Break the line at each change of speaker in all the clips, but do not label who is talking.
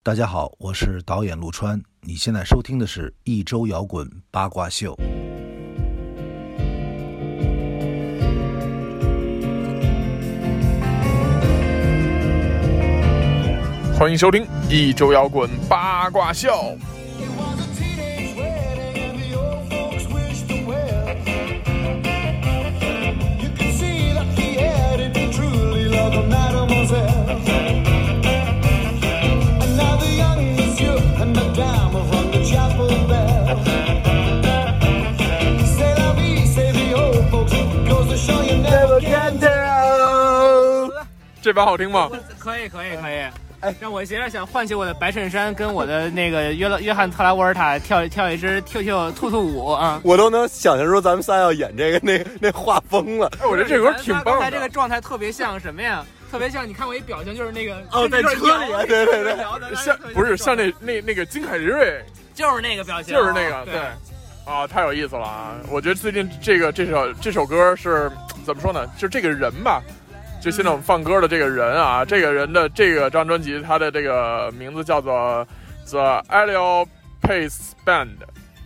大家好，我是导演陆川，你现在收听的是一周摇滚八卦秀。
欢迎收听一周摇滚八卦秀。
It was a teenage wedding and the old folks wished them well. You could see that he had it truly like a mademoiselle. And now the young monsieur and madame have rung the chapel bell. Say la vie, say the old folks, goes to show you never can tell.
这版好听吗？
可以可以可以。
哎
让我有点想唤起我的白衬衫，跟我的那个约了约翰特拉沃尔塔跳跳一支跳跳兔兔舞啊！
我都能想象出咱们仨要演这个那 那画风了。
哎，我觉得这歌挺棒
刚才这
的。
个状态特别像什么呀？特别像你看我一表情，就是那个
哦在车
啊
里对对对
像不是像那那那个金凯瑞，
就是那个表情，
就是那个
啊对
对，啊，太有意思了啊！我觉得最近这个这首这首歌是怎么说呢？就这个人吧，就现在我们放歌的这个人啊，这个人的这个张专辑，他的这个名字叫做 The Elio Pace Band，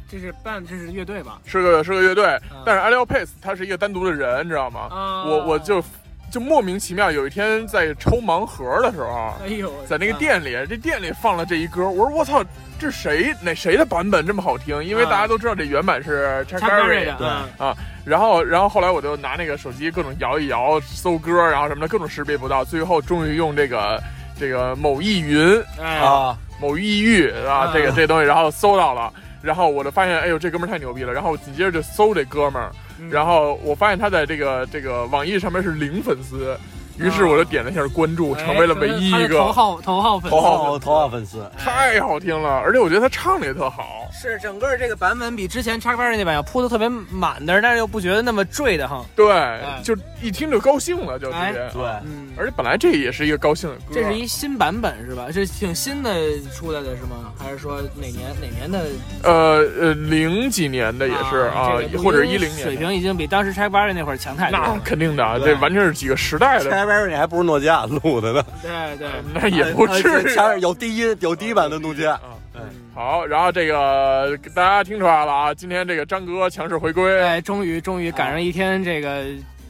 这是伴，这是乐队吧？
是个是个乐队
嗯，
但是 Elio Pace 他是一个单独的人，你知道吗？
啊
我我就就莫名其妙有一天在抽盲盒的时候，啊
哎呦，
在那个店里，这店里放了这一歌，我说我操，这谁哪谁的版本这么好听？因为
啊
大家都知道这原版是嗯 Chuck
插班
Berry
瑞的，
的。
嗯
然后，然后后来我就拿那个手机各种摇一摇，搜歌，然后什么的各种识别不到，最后终于用这个这个某易云、
哎
啊，
某易域啊
啊，
这个这东西，然后搜到了。然后我就发现，哎呦，这哥们儿太牛逼了！然后我紧接着就搜这哥们儿，
嗯
然后我发现他在这个这个网易上面是零粉丝，于是
嗯
我就点了一下关注，成为了唯一一
哎他的
个
头号头号粉丝
头号
头头号粉丝，
太好听了，而且我觉得他唱的也特好。
是整个这个版本比之前插班瑞那版要铺的特别满的，但是又不觉得那么坠的哈。
对，就一听就高兴了，就直
哎
接。
对，
嗯，
而且本来这也是一个高兴的歌，
这是一新版本是吧？这挺新的出来的是吗？还是说哪年哪年的？
呃呃零几年的也是啊
这，个
或者
录
一
音
零年
水
的。
平已经比当时拆班的那会儿强太多
那
了。
肯定的，啊
对
这完全是几个时代
《c
的，
h 你还不如诺基亚录的 呢，
对对，呃
那也不至于。
前有低音，有低音版的诺基亚。
啊
嗯
好，然后这个大家听出来了啊，今天这个张哥强势回归，
哎，终于终于赶上一天这个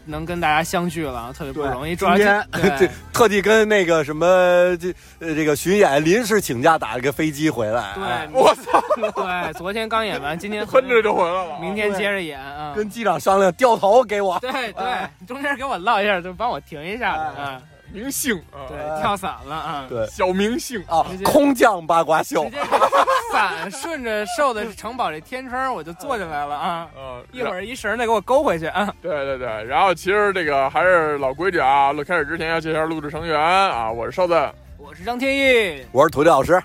能跟大家相聚了，特别不容易。主
今
要是
天 这
对
特地跟那个什么这呃这个巡演临时请假打了个飞机回来，哎，
对
我操，
对，昨天刚演完，今天
哼着就回来了啊。
明天接着演啊。
跟机长商量掉头给我，
对对
哎，
中间给我唠一下，就帮我停一下子
哎
啊。
明星啊，
对，跳伞了啊。
对
小明星，
啊
直接，
空降八卦秀
直，接伞顺着瘦的城堡这天窗，我就坐进来了啊！
嗯，
一会儿一绳再给我勾回去啊！
对对对，然后其实这个还是老规矩啊，录开始之前要介绍录制成员啊，我是瘦子。
我是张天翼，
我是土地老师，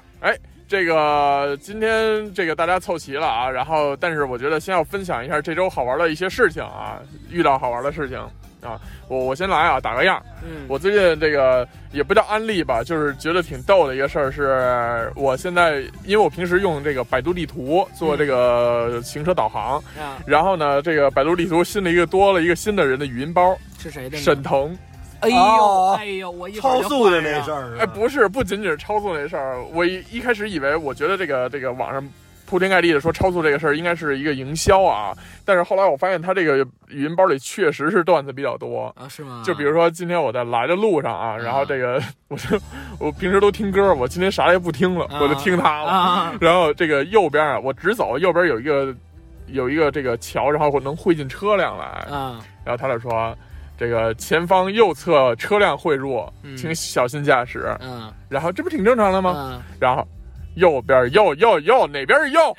这个今天这个大家凑齐了啊，然后但是我觉得先要分享一下这周好玩的一些事情啊，遇到好玩的事情啊，我我先来啊，打个样。
嗯，
我最近这个也不叫安利吧，就是觉得挺逗的一个事儿，是我现在因为我平时用这个百度地图做这个行车导航，
啊
然后呢，这个百度地图新的一个多了一个新的人的语音包，
是谁的呢？
沈腾。
哎呦
哦
哎呦，我一会儿
超
就
速的
换
那
上
事儿啊是吧，
哎，不是，不仅仅是超速那事儿，我一一开始以为，我觉得这个这个网上铺天盖地的说超速这个事儿应该是一个营销啊，但是后来我发现他这个语音包里确实是段子比较多。
啊，是吗？
就比如说今天我在来的路上
嗯
啊，然后这个 我就我平时都听歌，我今天啥也不听了，
啊
我就听他了。
啊，
然后这个右边啊，我直走，右边有一个有一个这个桥，然后我能汇进车辆来。
啊，
然后他就说，这个前方右侧车辆汇入，
嗯
请小心驾驶。
嗯
然后这不挺正常的吗？
嗯，
然后右边右右右哪边是 右？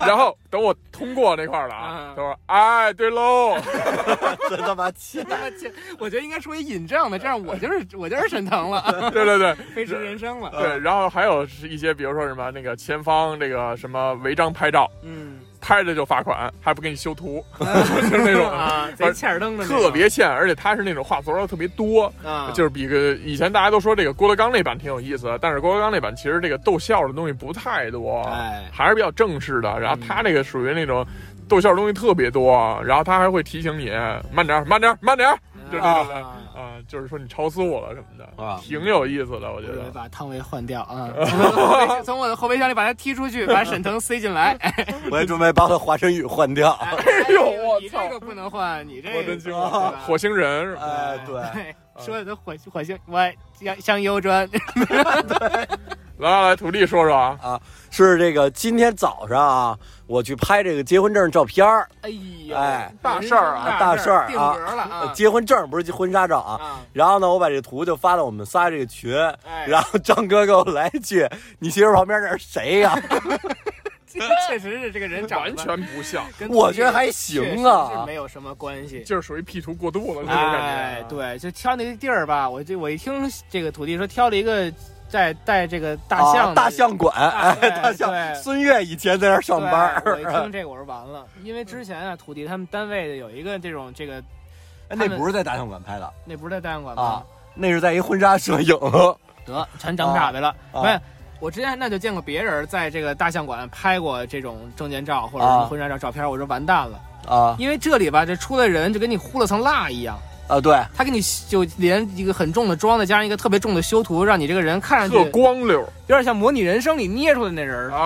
然后等我通过那块儿了啊
嗯，
他说哎对喽，
真他妈气。
我去，我觉得应该出一引证的，这样我就是我就是沈 腾了，
对对对
飞驰人生了。
对，然后还有是一些比如说什么那个前方这个什么违章拍照，
嗯，
拍着就罚款，还不给你修 图，就是那种
啊，贼欠儿灯的那种，
特别欠，而且他是那种话痨特别多。
啊，
就是比个以前大家都说这个郭德纲那版挺有意思的，但是郭德纲那版其实这个逗笑的东西不太多，
哎
还是比较正式的。然后
嗯
他这个属于那种逗笑的东西特别多，然后他还会提醒你慢点儿慢点儿慢点儿，就是那种的
啊
啊啊，就是说你吵死我了什么的，
啊
挺有意思的，我觉
我得
得。
把汤唯换掉啊， 从我的后备从我的后备箱里把他踢出去，把沈腾塞 进来。哎
我也准备把我的华晨宇换掉。
哎
呦我
你
操
这个不能换，你这个
我真惊
对
了
吧，
火星人是吧？
哎，对，
哎 说的都火火星，我像像幽 专，
来来来，徒弟说说啊，
是这个今天早上啊，我去拍这个结婚证照片儿。
哎呦，
哎
大事儿啊
大事儿啊
定格了
呃
啊
结婚证不是婚纱照啊。
啊！
然后呢，我把这图就发到我们仨这个群，
哎
然后张哥给我来一句：“你媳妇旁边那是谁呀、
确实是这个人长得
完全不像，
跟
我觉得还行
确实是
啊
没。有什么关系。
就是属于 P 图过度了那种感觉啊。
哎，对，就挑那个地儿吧。我这我一听这个土地说挑了一个在带这个大象的、
啊大象馆，哎，
对
大象。
对
孙越以前在那儿上班
对我一
儿，
听这个，我说完了，因为之前啊，土地他们单位的有一个这种这个，
哎
他
那
们
不是在大象馆拍的，
那不是在大象馆
啊
吗？
那是在一婚纱摄影。
得全长傻的了。
啊啊
没有，我之前那就见过别人在这个大象馆拍过这种证件照或者是
啊
婚纱照照片，我说完蛋了，
啊
因为这里吧，这出来人就跟你糊了层蜡一样，
啊，对，
他给你就连一个很重的妆再加上一个特别重的修图，让你这个人看上去
特光溜儿
有点像模拟人生里捏出来那人儿。
啊，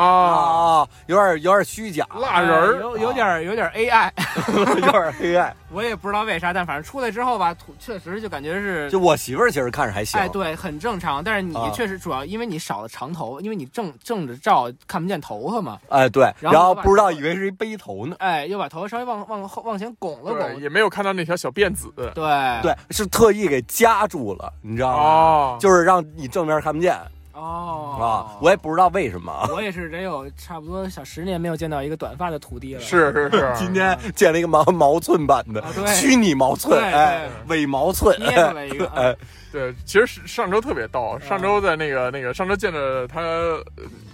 啊，有点有点虚假，
蜡人儿
哎有
啊
有点有点 AI，
有点黑暗。
我也不知道为啥，但反正出来之后吧，土确实就感觉是
就我媳妇儿其实看着还行，
哎，对，很正常。但是你
啊
确实主要因为你少了长头发，因为你正正着照看不见头发嘛。
哎对，
然后
然后不知道以为是一背头呢。
哎，又把头发稍微往往后往前拱了
对，
拱。
也没有看到那条小辫子
对
对，是特意给夹住了，你知道吗？
哦，
啊就是让你正面看不见
哦
啊！我也不知道为什么。
我也是得有差不多小十年没有见到一个短发的徒弟了。
是是是，
今天见了一个毛毛寸版的
嗯啊对
虚拟毛寸，
对
哎，伪毛寸，
捏出来一 个
哎，
对，其实是上周特别逗，上周在那个那个上周见着他，呃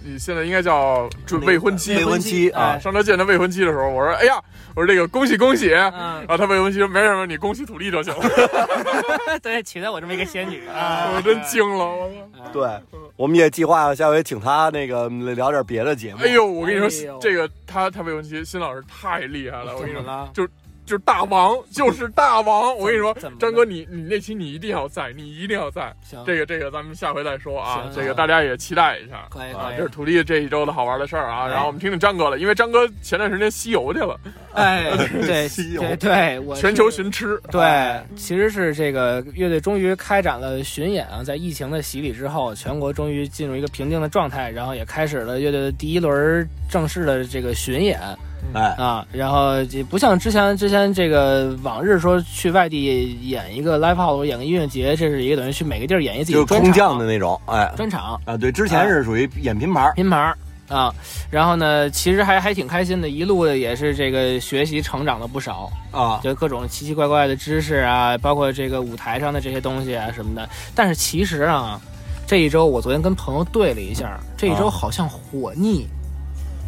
你现在应该叫准未婚妻
未婚妻啊
啊。
哎
上周见他未婚妻的时候，我说哎呀，我说这个恭喜恭喜，
嗯
然后他未婚妻说没什么，你恭喜土地就行了。
对，娶了我这么一个仙女啊
哎
哎
我真惊了，我操！
对，我们也计划下回请他那个嗯聊点别的节目。
哎呦，我跟你
哎
说
呦，
这个他他未婚妻新老师太厉害了，我跟你
哎怎么
说
了，
就就是大王，就是大王。我跟你说
怎么，了
张哥，你你那期你一定要在，你一定要在。
行，
这个这个，咱们下回再说啊
行。
这个
行
大家也期待一下。
可以
啊，这
可
是
以。
土地这一周的好玩的事儿啊。
哎
然后我们听听张哥了，因为张哥前段时间西游去了，
哎，对
西游
对对，我
全球
是
寻吃。
对，其实是这个乐队终于开展了巡演啊，在疫情的洗礼之后，全国终于进入一个平静的状态，然后也开始了乐队的第一轮正式的这个巡演
哎，
啊，然后也不像之前之前这个往日说去外地演一个 live house 演个音乐节，这是一个等于去每个地儿演一自己哎
就
的
是
专
空
场
降的那种，哎
专场
啊，对，之前是属于演拼盘儿，
拼盘儿。啊，然后呢，其实还还挺开心的，一路的也是这个学习成长了不少，
啊，
就各种奇奇怪怪的知识啊，包括这个舞台上的这些东西啊什么的。但是其实啊，这一周我昨天跟朋友对了一下，这一周
啊
好像火逆、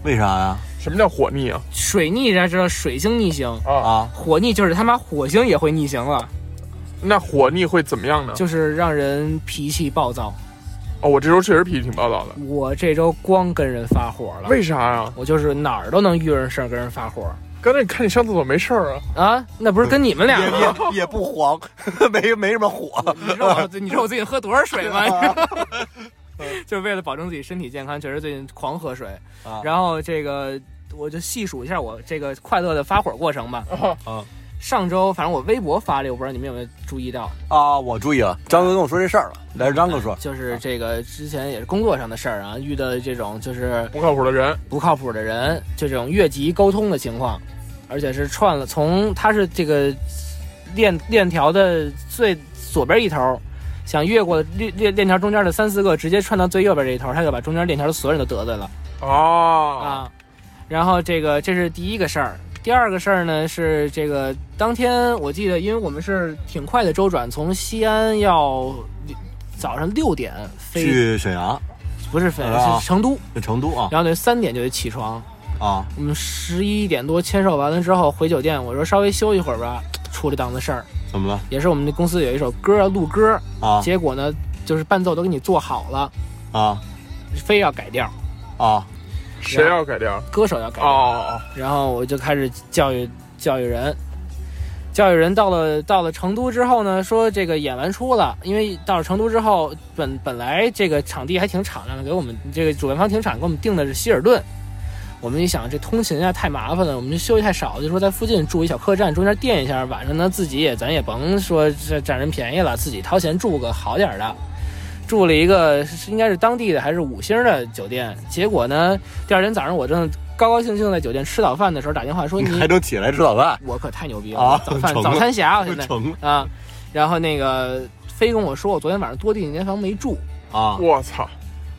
为啥呀？
什么叫火逆啊？
水逆，大家知道水星逆行，
啊，
啊，
火逆就是他妈火星也会逆行了，
那火逆会怎么样呢？
就是让人脾气暴躁。
哦，我这周确实脾气挺暴躁的。
我这周光跟人发火了，
为啥呀？
我就是哪儿都能遇上事儿跟人发火
刚才你看你上厕所没事儿啊？
啊，那不是跟你们俩
也
吗？
也也不黄， 没没什么火。
你知道我你知道我最近喝多少水 吗？
啊
就是为了保证自己身体健康，确实最近狂喝水。
啊
然后这个我就细数一下我这个快乐的发火过程吧。
啊
上周反正我微博发了，我不知道你们有没有注意到，
啊，我注意了，张哥跟我说这事儿了，来张哥说，
就是这个之前也是工作上的事儿啊，遇到这种就是
不靠谱的人，
不靠谱的人，就这种越级沟通的情况，而且是串了从他是这个链链条的最左边一头，想越过链链链条中间的三四个，直接串到最右边这一头，他就把中间链条的所有人都得罪了
哦，
啊。然后这个这是第一个事儿，第二个事儿呢是这个当天我记得，因为我们是挺快的周转，从西安要早上六点飞，
去沈阳，
不是飞
啊
是成都，
去成都啊
然后等于三点就得起床。
啊
我们十一点多签售完了之后回酒店，我说稍微休一会儿吧，出了档子事儿，
怎么了
也是我们那公司有一首歌要录歌，
啊
结果呢就是伴奏都给你做好了，
啊
非要改调，
啊
谁要改掉？
啊歌手要改
哦
调，
哦
然后我就开始教育教育人。教育人到了到了成都之后呢，说这个演完出了，因为到了成都之后，本本来这个场地还挺敞亮的，给我们这个主办方停场给我们定的是希尔顿。我们一想这通勤啊太麻烦了，我们就休息太少，就说在附近住一小客栈，中间垫一下，晚上呢自己也咱也甭说这占人便宜了，自己掏钱住个好点儿的。住了一个是应该是当地的还是五星的酒店，结果呢，第二天早上我正高高兴兴在酒店吃早饭的时候打电话说你
还能起来吃早饭，
我可太牛逼了，
啊
早饭
成了
早餐侠 我现在
成
啊，然后那个非跟我说我昨天晚上多订一间房没住，
啊！
我操！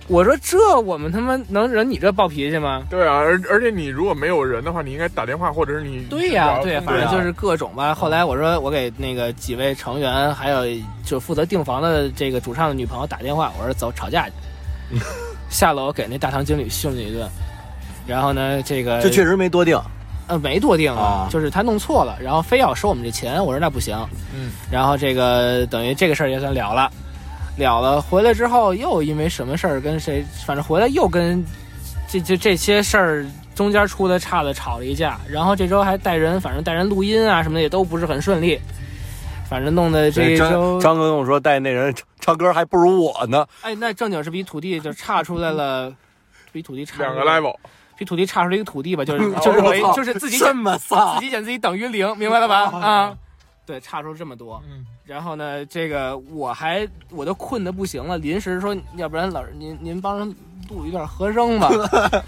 我说这我们他妈能忍你这暴脾气吗？
对啊，而而且你如果没有人的话，你应该打电话，或者是你
对呀、
啊
找
对，
工作
反正
人
就
员
是各种吧。后来我说我给那个几位成员，还有就负责订房的这个主唱的女朋友打电话，我说走吵 架去，下楼给那大堂经理训了一顿。然后呢，这个
这确实没多定，
呃，没多定
啊
就是他弄错了，然后非要收我们这钱，我说那不行，
嗯，
然后这个等于这个事儿也算了了，了了，回来之后又因为什么事儿跟谁，反正回来又跟这这这些事儿中间出的岔的吵了一架，然后这周还带人，反正带人录音啊什么的也都不是很顺利，反正弄得这一
张
周，
张哥跟我说带那人唱唱歌还不如我呢，
哎，那正经是比土地就差出来了，比土地差
啊两个
出来
level，
比土地差出来一个土地吧， 就是 就是
我
为
操
就是自己
这么
自
丧，
己减自己等于零，明白了吧？啊，对，差出这么多。
嗯，
然后呢，这个我还我都困得不行了，临时说，要不然老师您您帮人录一段和声 吧。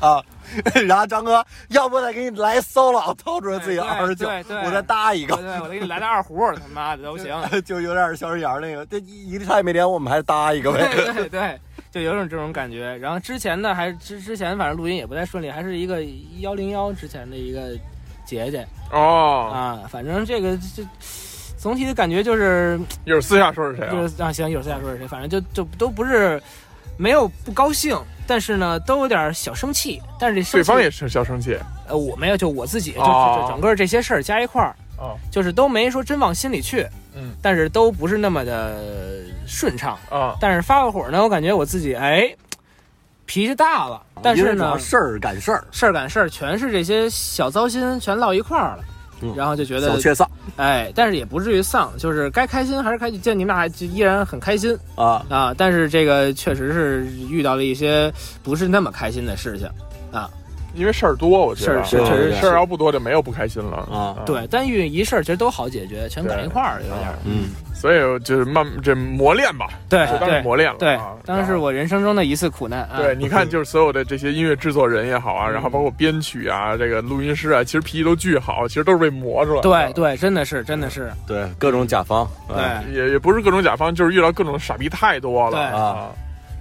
然后张哥，要不再给你来 solo，掏出来自己
对
二十九，
对对嗯
我再搭一
对
个，
对，我给你来点二胡，他妈的都 行。
就有点小沈阳那个，这一一个菜没点，我们还搭一个呗。
对对对，就有种这种感觉。然后之前呢，还之之前反正录音也不太顺利，还是一个幺零幺之前的一个姐姐
哦，
啊，反正这个这。总体的感觉就是，
一会儿私下说是谁啊
就？是啊，行，一会儿私下说是谁，反正就就都不是没有不高兴，但是呢，都有点小生气。但是这生
对
气
方也是小生气
呃，我没有，就我自己，就
哦
就整个这些事儿加一块儿，
哦
就是都没说真往心里去，
嗯，
但是都不是那么的顺畅。
啊，
但是发个火呢，我感觉我自己哎，脾气大了， 但
因
是
为主
呢
要，事儿赶事儿，
事儿赶事儿，全是这些小糟心，全落一块儿了。
嗯
然后就觉
小
得，
确丧
哎，但是也不至于丧，就是该开心还是开心。见你们俩还就依然很开心，
啊，
啊，但是这个确实是遇到了一些不是那么开心的事
啊
情，
因为事儿多，我觉得
事
儿事儿
对
是
事儿要不多就没有不开心了
啊。
对，但遇一事儿其实都好解决，全赶
对啊
一块儿有点儿，
嗯，
所以就是慢这磨练吧，
对
就当是
对
磨练了。
对
啊，
当时。我人生中的一次苦难啊，嗯
然后对，，你看，就是所有的这些音乐制作人也好啊，然后包括编曲啊，这个录音师啊，其实脾气都巨好，其实都是被磨出来的。嗯
对对，真的是真的是，
对，各种甲方，哎
对
也也不是各种甲方，就是遇到各种傻逼太多
对
了啊，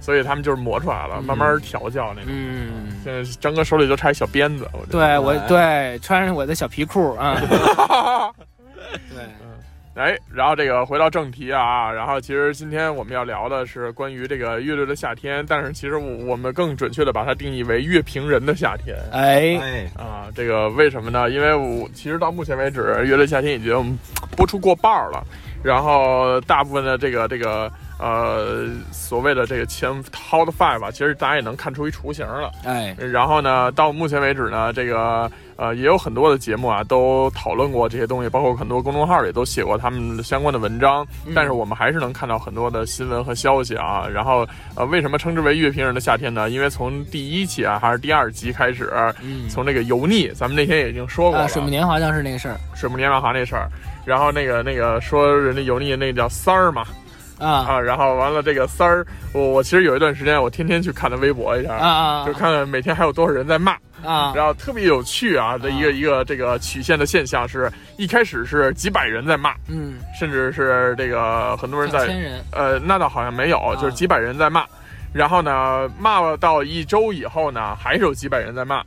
所以他们就是磨出来了，慢慢调教那种。
嗯，
现在张哥手里就差一小鞭子，我觉得。
对我对穿上我的小皮裤啊， 对，
哎，然后这个回到正题啊，然后其实今天我们要聊的是关于这个乐队的夏天，但是其实我我们更准确的把它定义为乐评人的夏天
哎，
哎，
啊。这个为什么呢？因为我其实到目前为止，乐队夏天已经播出过半儿了，然后大部分的这个这个呃所谓的这个前 top five 吧，其实大家也能看出一雏形了。
哎，
然后呢，到目前为止呢，这个呃也有很多的节目啊，都讨论过这些东西，包括很多公众号也都写过他们相关的文章。
嗯
但是我们还是能看到很多的新闻和消息啊。然后呃，为什么称之为乐评人的夏天呢？因为从第一期啊还是第二集开始，
嗯，
从这个油腻，咱们那天也已经说过了，
啊，水木年华当时那个事儿
水木年华那事儿，然后那个那个说人家油腻那叫三儿嘛
啊
啊，然后完了这个三儿，我我其实有一段时间我天天去看他微博一下。
啊啊
就看看每天还有多少人在骂，
啊
然后特别有趣啊的一个一个这个曲线的现象是，一开始是几百人在骂，
嗯，
甚至是这个很多人
上
在
千人，啊
呃，那倒好像没有，就是几百人在骂，然后呢，骂到一周以后呢，还是有几百人在骂，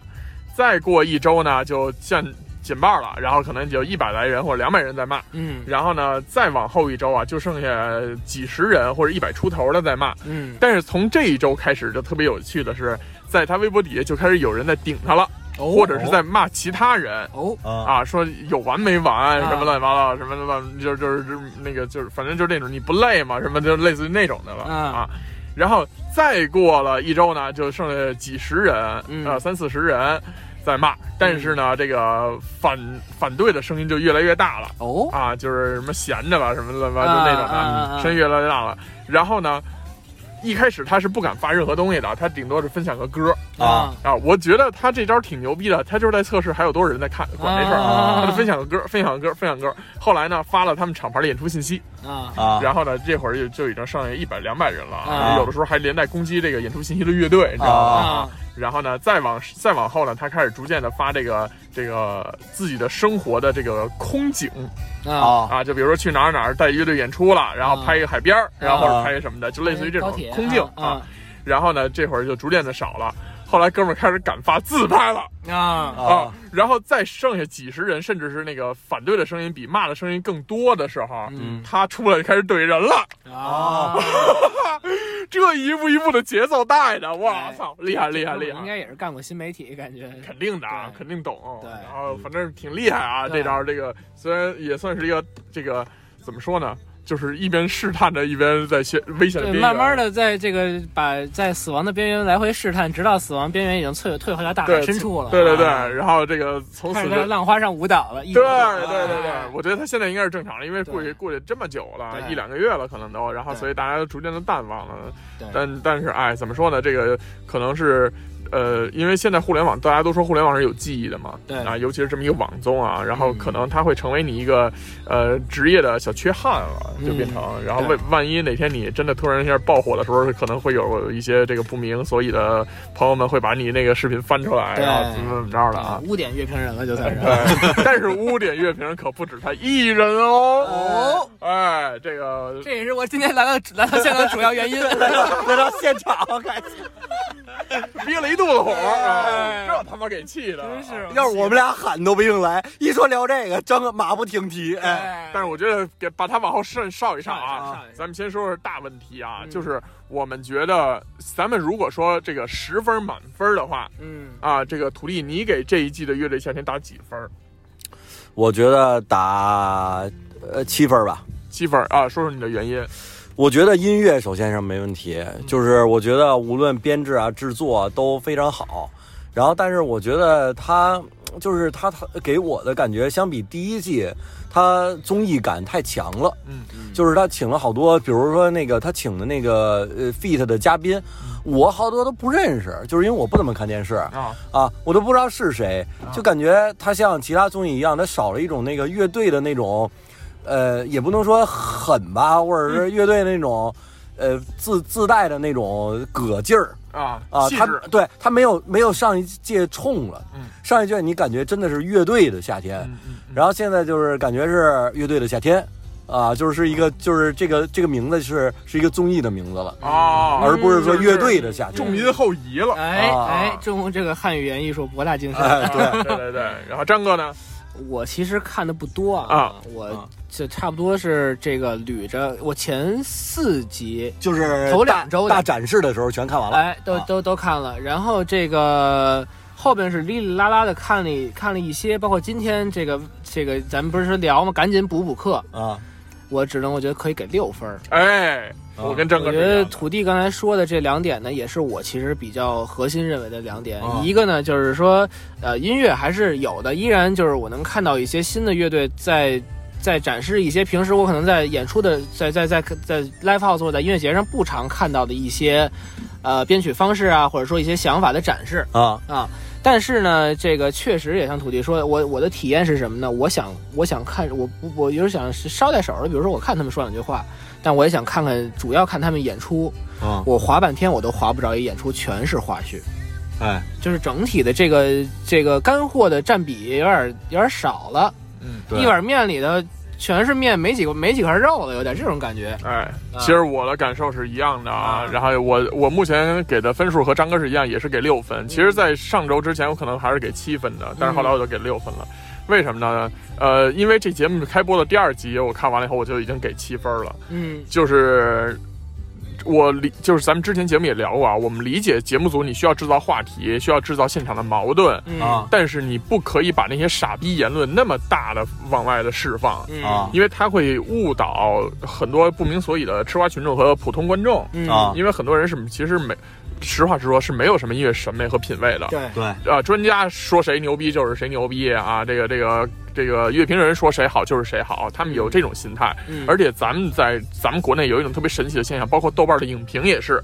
再过一周呢，就降减半了，然后可能就一百来人或者两百人在骂，
嗯
然后呢，再往后一周啊，就剩下几十人或者一百出头的在骂，
嗯，
但是从这一周开始，就特别有趣的是，在他微博底下就开始有人在顶他了，
哦
或者是在骂其他人。
哦，
啊，
啊，说有完没完，什
啊
么乱七八糟，什么乱，就是就是那个就是，反正就是那种你不累吗？什么就类似于那种的了
啊
啊。然后再过了一周呢，就剩下几十人，
嗯
呃，三四十人在骂，但是呢，这个反反对的声音就越来越大了。
哦，
啊，就是什么闲着了什么乱七八
啊
糟那种
啊啊啊
的，声音越来越大了。然后呢，一开始他是不敢发任何东西的，他顶多是分享个歌
啊
啊。我觉得他这招挺牛逼的，他就是在测试还有多少人在看管这事儿，
啊
他就分享个歌，分享个歌，分享个歌。后来呢，发了他们厂牌的演出信息，
啊
啊
然后呢，这会儿就就已经上下一百两百人了，
啊
有的时候还连带攻击这个演出信息的乐队，你知道吗？
啊
啊
然后呢，再往再往后呢，他开始逐渐的发这个这个自己的生活的这个空景。
啊！
啊
啊，就比如说去哪儿哪儿带乐队演出了，然后拍一个海边儿，然后或者拍一个什么的，就类似于这种
啊哎高铁
空镜
啊
然后呢，这会儿就逐渐的少了。后来哥们儿开始敢发自拍了
啊啊
啊
啊，然后再剩下几十人，甚至是那个反对的声音比骂的声音更多的时候，
嗯
他出来就开始怼人了。
啊！
这一步一步的节奏带的，我
哎
操，厉害 厉害厉
应
害！
该也是干过新媒体，感觉
肯定的啊
对，
肯定懂。
对
然后反正挺厉害啊，
对
这招儿这个虽然也算是一个这个怎么说呢，就是一边试探着一边在学危险的
对，
边缘。
慢慢的在这个把在死亡的边缘来回试探，直到死亡边缘已经退退回到大海
对
深处了。
对对对，
啊
然后这个从
开
此
始
就
在
对
浪花上舞蹈了。一
对
舞
对对对
哎，
我觉得他现在应该是正常的，因为过去
对
过去这么久了，
对
一两个月了可能都，然后
对
所以大家都逐渐的淡忘了
对。
但但是哎，怎么说呢？这个可能是。呃，因为现在互联网，大家都说互联网是有记忆的嘛，
对嗯
啊，尤其是这么一个网综啊，然后可能它会成为你一个呃职业的小缺憾了，就变成，然后
嗯对
万万一哪天你真的突然一下爆火的时候，可能会有一些这个不明所以的朋友们会把你那个视频翻出来，
对
然后怎么怎么着的
啊
啊，，
污点乐评人了，就算是。
对， 但是污点乐评可不止他一人哦。
哦
哎，这个
这也是我今天来到来到香港的主要 原因。
来到现场还
憋了一肚子火，啊这他妈给气的。
哎真是
要是我们俩喊都不用来，一说聊这个，张哥马不停蹄，哎，
哎，
但是我觉得给把它往后上上一上
上一嗯
啊
上，
咱们先说说大问题啊，就是我们觉得咱们如果说这个十分满分的话
嗯，
啊，这个土地你给这一季的乐队夏天打几分？
我觉得打呃七分吧。
七分啊？说说你的原因。
我觉得音乐首先是没问题，就是我觉得无论编制啊、制作啊都非常好。然后，但是我觉得它就是它它给我的感觉，相比第一季，它综艺感太强了。
嗯，
就是他请了好多，比如说那个他请的那个呃 feat 的嘉宾，我好多都不认识，就是因为我不怎么看电视
啊，
啊，我都不知道是谁，就感觉他像其他综艺一样，他少了一种那个乐队的那种，呃，也不能说狠吧，或者
嗯
是乐队那种，呃，自自带的那种葛劲儿。
啊
啊，
气
他
质
对他没有没有上一届冲了，
嗯
上一届你感觉真的是乐队的夏天，
嗯嗯嗯
然后现在就是感觉是乐队的夏天，啊，就是是一个就是这个这个名字是是一个综艺的名字了，
啊，
而嗯不是说乐队的夏
重
天。
音后移了。
哎
啊
哎，中这个汉语言艺术博大精深。
哎，对，
对对对，然后张哥呢？
我其实看的不多
啊，
我
啊
就差不多是这个捋着我前四集，
就是
头两周的
呃大展示的时候全看完了，
哎，都
啊
都都看了，然后这个。后边是哩哩啦啦的看了一看了一些，包括今天这个这个，咱们不是说聊吗？赶紧补补课，
啊，
我只能我觉得可以给六分儿。
哎，我跟张
我
哥
觉
是
得
一样的
土地刚才说的这两点呢，也是我其实比较核心认为的两点。
哦
啊
一个呢，就是说，呃，音乐还是有的，依然就是我能看到一些新的乐队在在展示一些平时我可能在演出的在在在在 live house 或者在音乐节上不常看到的一些，呃，编曲方式啊，或者说一些想法的展示。
啊
但是呢，这个确实也像土地说的，我我的体验是什么呢？我想我想看，我不我有时想捎带手的，比如说我看他们说两句话，但我也想看看，主要看他们演出。
啊，
我滑半天我都滑不着一演出，全是花絮，
哎，
就是整体的这个这个干货的占比有点有点少了，
嗯，
对
一碗面里头全是面，没几个没几块肉了，有点这种感觉。
哎，
啊
其实我的感受是一样的啊
啊。
然后我我目前给的分数和张哥是一样，也是给六
嗯
分。其实，在上周之前，我可能还是给七分的，但是后来我就给六分了。为什么呢？呃，因为这节目开播的第二集，我看完了以后，我就已经给七分了。
嗯
就是我理就是咱们之前节目也聊过啊，我们理解节目组你需要制造话题，需要制造现场的矛盾，
嗯
啊
但是你不可以把那些傻逼言论那么大的往外的释放，
嗯
啊
因为它会误导很多不明所以的吃瓜群众和普通观众，
嗯
啊
因为很多人是其实没，实话实说是没有什么音乐审美和品味的，
对
对
啊，专家说谁牛逼就是谁牛逼啊，这个这个这个乐评人说谁好就是谁好，他们有这种心态。
嗯
而且咱们在咱们国内有一种特别神奇的现象，包括豆瓣的影评也是，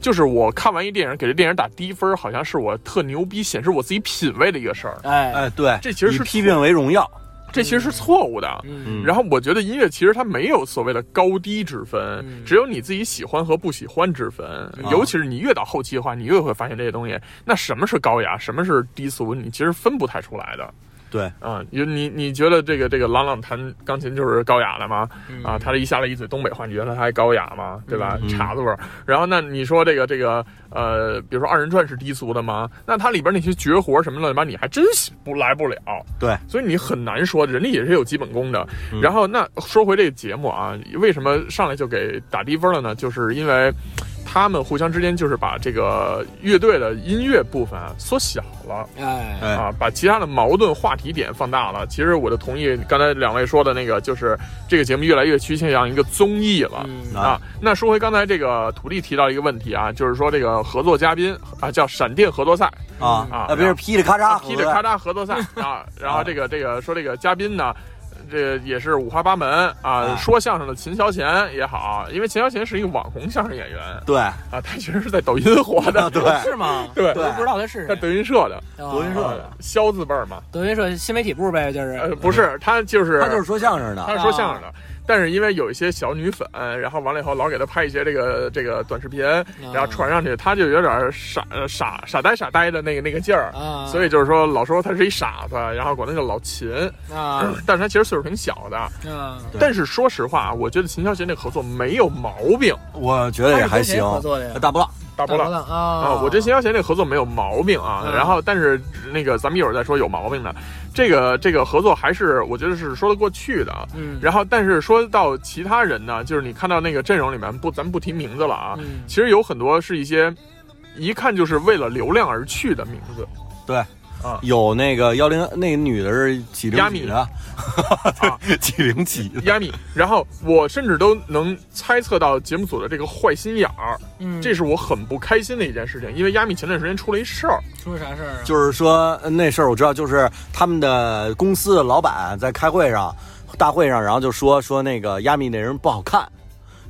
就是我看完一电影给这电影打低分，好像是我特牛逼，显示我自己品味的一个事儿，
哎
哎对，
这其实
以
是
批评为荣耀，
这其实是错误的。
嗯
然后我觉得音乐其实它没有所谓的高低之分，
嗯
只有你自己喜欢和不喜欢之分。尤其是你越到后期的话，你越会发现这些东西。那什么是高雅，什么是低俗，你其实分不太出来的。
对
啊，有你你觉得这个这个朗朗弹钢琴就是高雅的吗？
嗯
啊，他这一下来一嘴东北话，你觉得他还高雅吗？对吧？
嗯
碴子味儿。然后那你说这个这个呃，比如说二人转是低俗的吗？那它里边那些绝活什么乱七八，你还真喜不来不了。
对，嗯
所以你很难说，人家也是有基本功的。然后那说回这个节目啊，为什么上来就给打低分了呢？就是因为他们互相之间就是把这个乐队的音乐部分啊缩小了。
哎
哎
啊，把其他的矛盾话题点放大了。其实我就同意刚才两位说的那个，就是这个节目越来越趋向一个综艺了、
嗯
啊。那说回刚才这个土地提到一个问题啊，就是说这个合作嘉宾啊叫闪电合作赛，
啊
啊
那别是噼里咔
啊
嚓，
劈着咔嚓合作 赛啊，然后这个这个说这个嘉宾呢。这也是五花八门啊，
啊
说相声的秦霄贤也好，因为秦霄贤是一个网红相声演员
对
啊，他其实是在抖音火的，
啊对
是吗？
对
我都不知道他是
在
谁
德云社的，
德
德云社
呃，肖字辈儿嘛，
哦德云社新媒体部呗，就是
呃，不是，他就是
他就是说相声
他
的，
是说相声的，但是因为有一些小女粉，然后完了以后老给他拍一些这个这个短视频，
嗯
然后传上去，他就有点傻呃傻傻呆傻呆的那个那个劲儿，
啊，
所以就是说老说他是一傻子，然后管他叫老秦，
啊
但是他其实岁数挺小的。
啊，
对
但是说实话，我觉得秦霄贤这个合作没有毛病，
我觉得也
他
还行
是跟谁，合作的呀
大波浪
大波
大波
浪。
浪
啊
啊，，
我这秦霄贤这个合作没有毛病啊，
嗯
然后但是那个咱们一会儿再说有毛病的，这个这个合作还是我觉得是说得过去的啊，
嗯，
然后，但是说到其他人呢，就是你看到那个阵容里面不，咱们不提名字了啊。
嗯
其实有很多是一些一看就是为了流量而去的名 字。
有那个幺零，那个女的是几零几的，
啊
几零几的，
亚米，然后我甚至都能猜测到节目组的这个坏心眼儿，
嗯
这是我很不开心的一件事情。因为亚米前段时间出了一事儿，
出啥事儿啊？
就是说呃那事儿我知道，就是他们的公司的老板在开会上、大会上，然后就说说那个亚米那人不好看，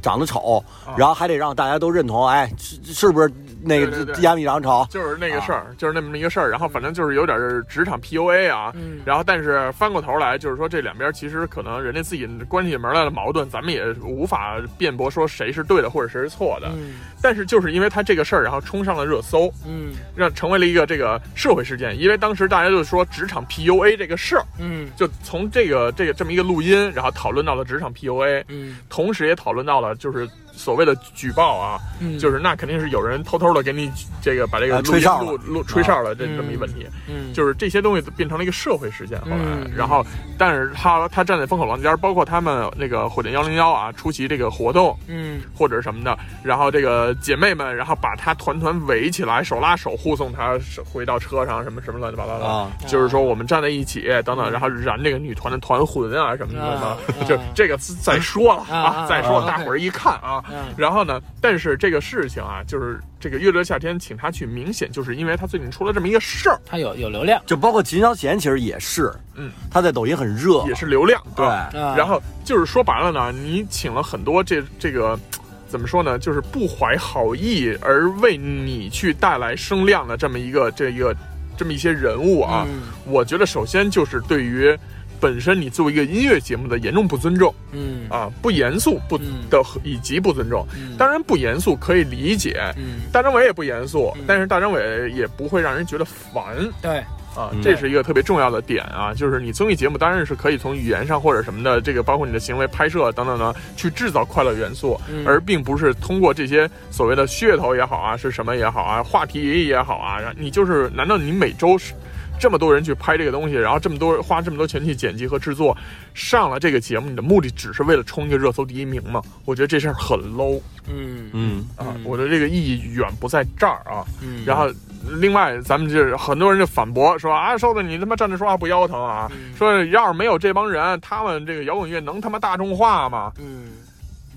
长得丑，
啊
然后还得让大家都认同，哎，是是不是那
对对
个
对
亚米长得丑？
就是那个
啊
事儿，就是那么一个事儿。然后反正就是有点儿职场 PUA 啊。
嗯
然后但是翻过头来，就是说这两边其实可能人家自己关起门来的矛盾，咱们也无法辩驳说谁是对的或者谁是错的。
嗯
但是就是因为他这个事儿，然后冲上了热搜，
嗯
让成为了一个这个社会事件。因为当时大家就说职场 PUA 这个事儿，
嗯
就从这个这个这么一个录音，然后讨论到了职场 PUA，
嗯
同时也讨论到了就是所谓的举报啊，
嗯，
就是那肯定是有人偷偷的给你这个把这个
啊
录音
吹哨
录
了
录吹哨了这
嗯
这么一问题，
嗯
就是这些东西变成了一个社会事件。后来
嗯，
然后但是他他站在风口浪尖儿，包括他们那个火箭幺零幺啊出席这个活动，
嗯
或者什么的，然后这个姐妹们，然后把她团团围起来，手拉手护送她回到车上，什么什么乱七八糟的。
啊
就是说我们站在一起等等，然后燃这个女团的团魂啊什么的嘛
啊，
就
啊
这个再说了
啊啊
再说
啊
了，大伙儿一看啊，
嗯
然后呢，但是这个事情啊，就是这个乐队夏天请她去，明显就是因为她最近出了这么一个事儿，
他有有流量
就包括秦霄贤，其实也是，
嗯，
他在抖音很热，
也是流量，
对，
啊
啊，
然后就是说白了呢，你请了很多这这个怎么说呢，就是不怀好意而为你去带来声量的这么一个这一个这么一些人物啊，
嗯
我觉得首先就是对于。本身你作为一个音乐节目的严重不尊重
嗯
啊，不严肃不
嗯
的以及不尊重，
嗯
当然不严肃可以理解，
嗯
大张伟也不严肃
嗯，
但是大张伟也不会让人觉得烦，
对
啊
嗯，
这是一个特别重要的点啊，就是你综艺节目当然是可以从语言上或者什么的，这个包括你的行为、拍摄等等呢，去制造快乐元素，
嗯
而并不是通过这些所谓的噱头也好啊，是什么也好啊，话题也好啊，然后你就是难道你每周是这么多人去拍这个东西，然后这么多花这么多钱去剪辑和制作，上了这个节目，你的目的只是为了冲一个热搜第一名吗？我觉得这事儿很 low
嗯
嗯，
啊！
嗯
我的这个意义远不在这儿啊。
嗯，
然后，另外咱们就是很多人就反驳说啊，瘦子你他妈站着说话不腰疼啊！
嗯
说要是没有这帮人，他们这个摇滚乐能他妈大众化吗？
嗯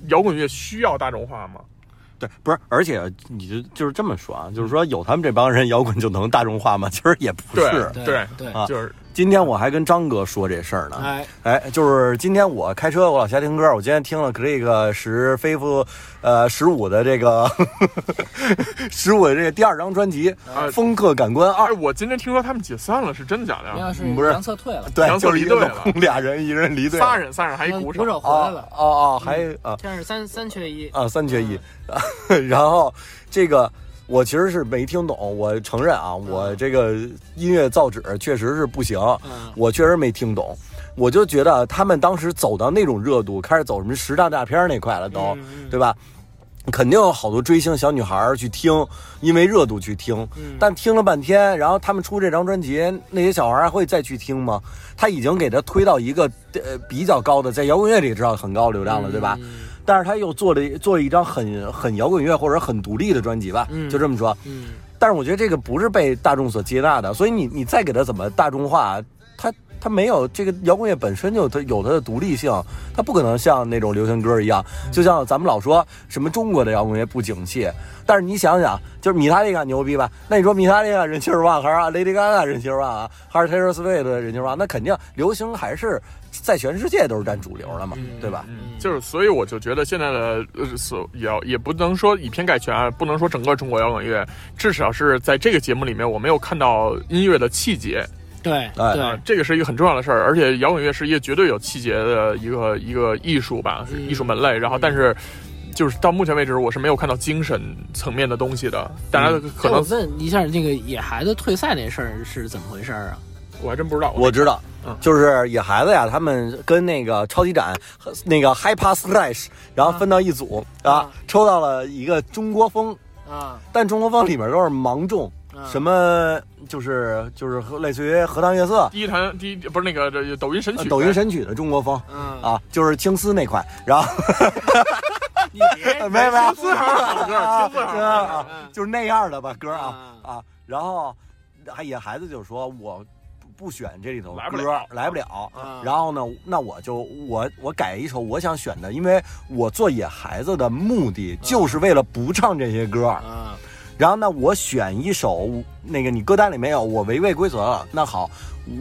摇滚乐需要大众化吗？
对，不是，而且你就就是这么说啊，就是说有他们这帮人摇滚就能大众化吗？其实也不
对
是。
对
对，
啊
就是
今天我还跟张哥说这事儿呢，
哎，
哎，就是今天我开车，我老瞎听歌，我今天听了这个十飞夫，呃，十五的这个 十五的这个第二张专辑
啊
《风客感官二
哎，》，我今天听说他们解散了，啊是真的假的
没
呀？
有是
不是
杨策退了，
对，
杨
就
策
是
离
一个
队
冷
了
空俩人，一人离队，
仨人，仨人还一鼓手，
手回来
啊
了，
哦哦，还啊
现在是三三缺一，
啊，三缺一。 然后这个我其实是没听懂，我承认啊，我这个音乐造纸确实是不行，
嗯
我确实没听懂。我就觉得他们当时走到那种热度，开始走什么十大大片那块了都，对吧？肯定有好多追星小女孩儿去听，因为热度去听，但听了半天，然后他们出这张专辑，那些小孩儿还会再去听吗？他已经给他推到一个呃比较高的，在摇滚乐里知道很高流量了，对吧？但是他又做了做了一张很很摇滚乐或者很独立的专辑吧，就这么说。
嗯，
但是我觉得这个不是被大众所接纳的，所以你你再给他怎么大众化，他他没有这个摇滚乐本身就它有它的独立性，它不可能像那种流行歌一样，就像咱们老说什么中国的摇滚乐不景气，但是你想想，就是米塔利卡牛逼吧？那你说米塔利卡人气儿旺，还是啊 Lady Gaga 人气儿旺啊，还是 Taylor Swift 的人气儿旺？那肯定流行还是在全世界都是占主流了嘛，对吧？
嗯就是，所以我就觉得现在的呃，所也要也不能说以偏概全啊，不能说整个中国摇滚乐，至少是在这个节目里面，我没有看到音乐的气节
对
哎
啊、
对，
这个是一个很重要的事儿。而且摇滚乐是一个绝对有气节的一个一个艺术吧，是艺术门类。然后，但是就是到目前为止，我是没有看到精神层面的东西的。大
嗯
家可
哎我
能
问一下，那个野孩子退赛那事儿是怎么回事儿啊？
我还真不知道，
我知道
嗯，
就是野孩子呀，他们跟那个超级展和那个 Hyper Slash，然后分到一组
嗯
啊
啊，抽到了一个中国风，
啊，
但中国风里面都是盲众，
嗯
啊
什么就是就是类似于荷塘月色、
第一弹第一不是那个这抖音神
呃
曲，
抖音神曲的中国风
嗯，
啊，就是青丝那块，然后
你 别
哎
没有没有，
四行好歌，
啊
四行
歌
好歌嗯
啊
嗯，
就是那样的吧歌啊啊，然后还野孩子就说我不不选这里头
来不
歌
了，嗯
来不了
啊。
然后呢，那我就我我改一首我想选的，因为我做野孩子的目的就是为了不唱这些歌。
啊，
然后呢，我选一首那个你歌单里没有，我违背规则了。那好，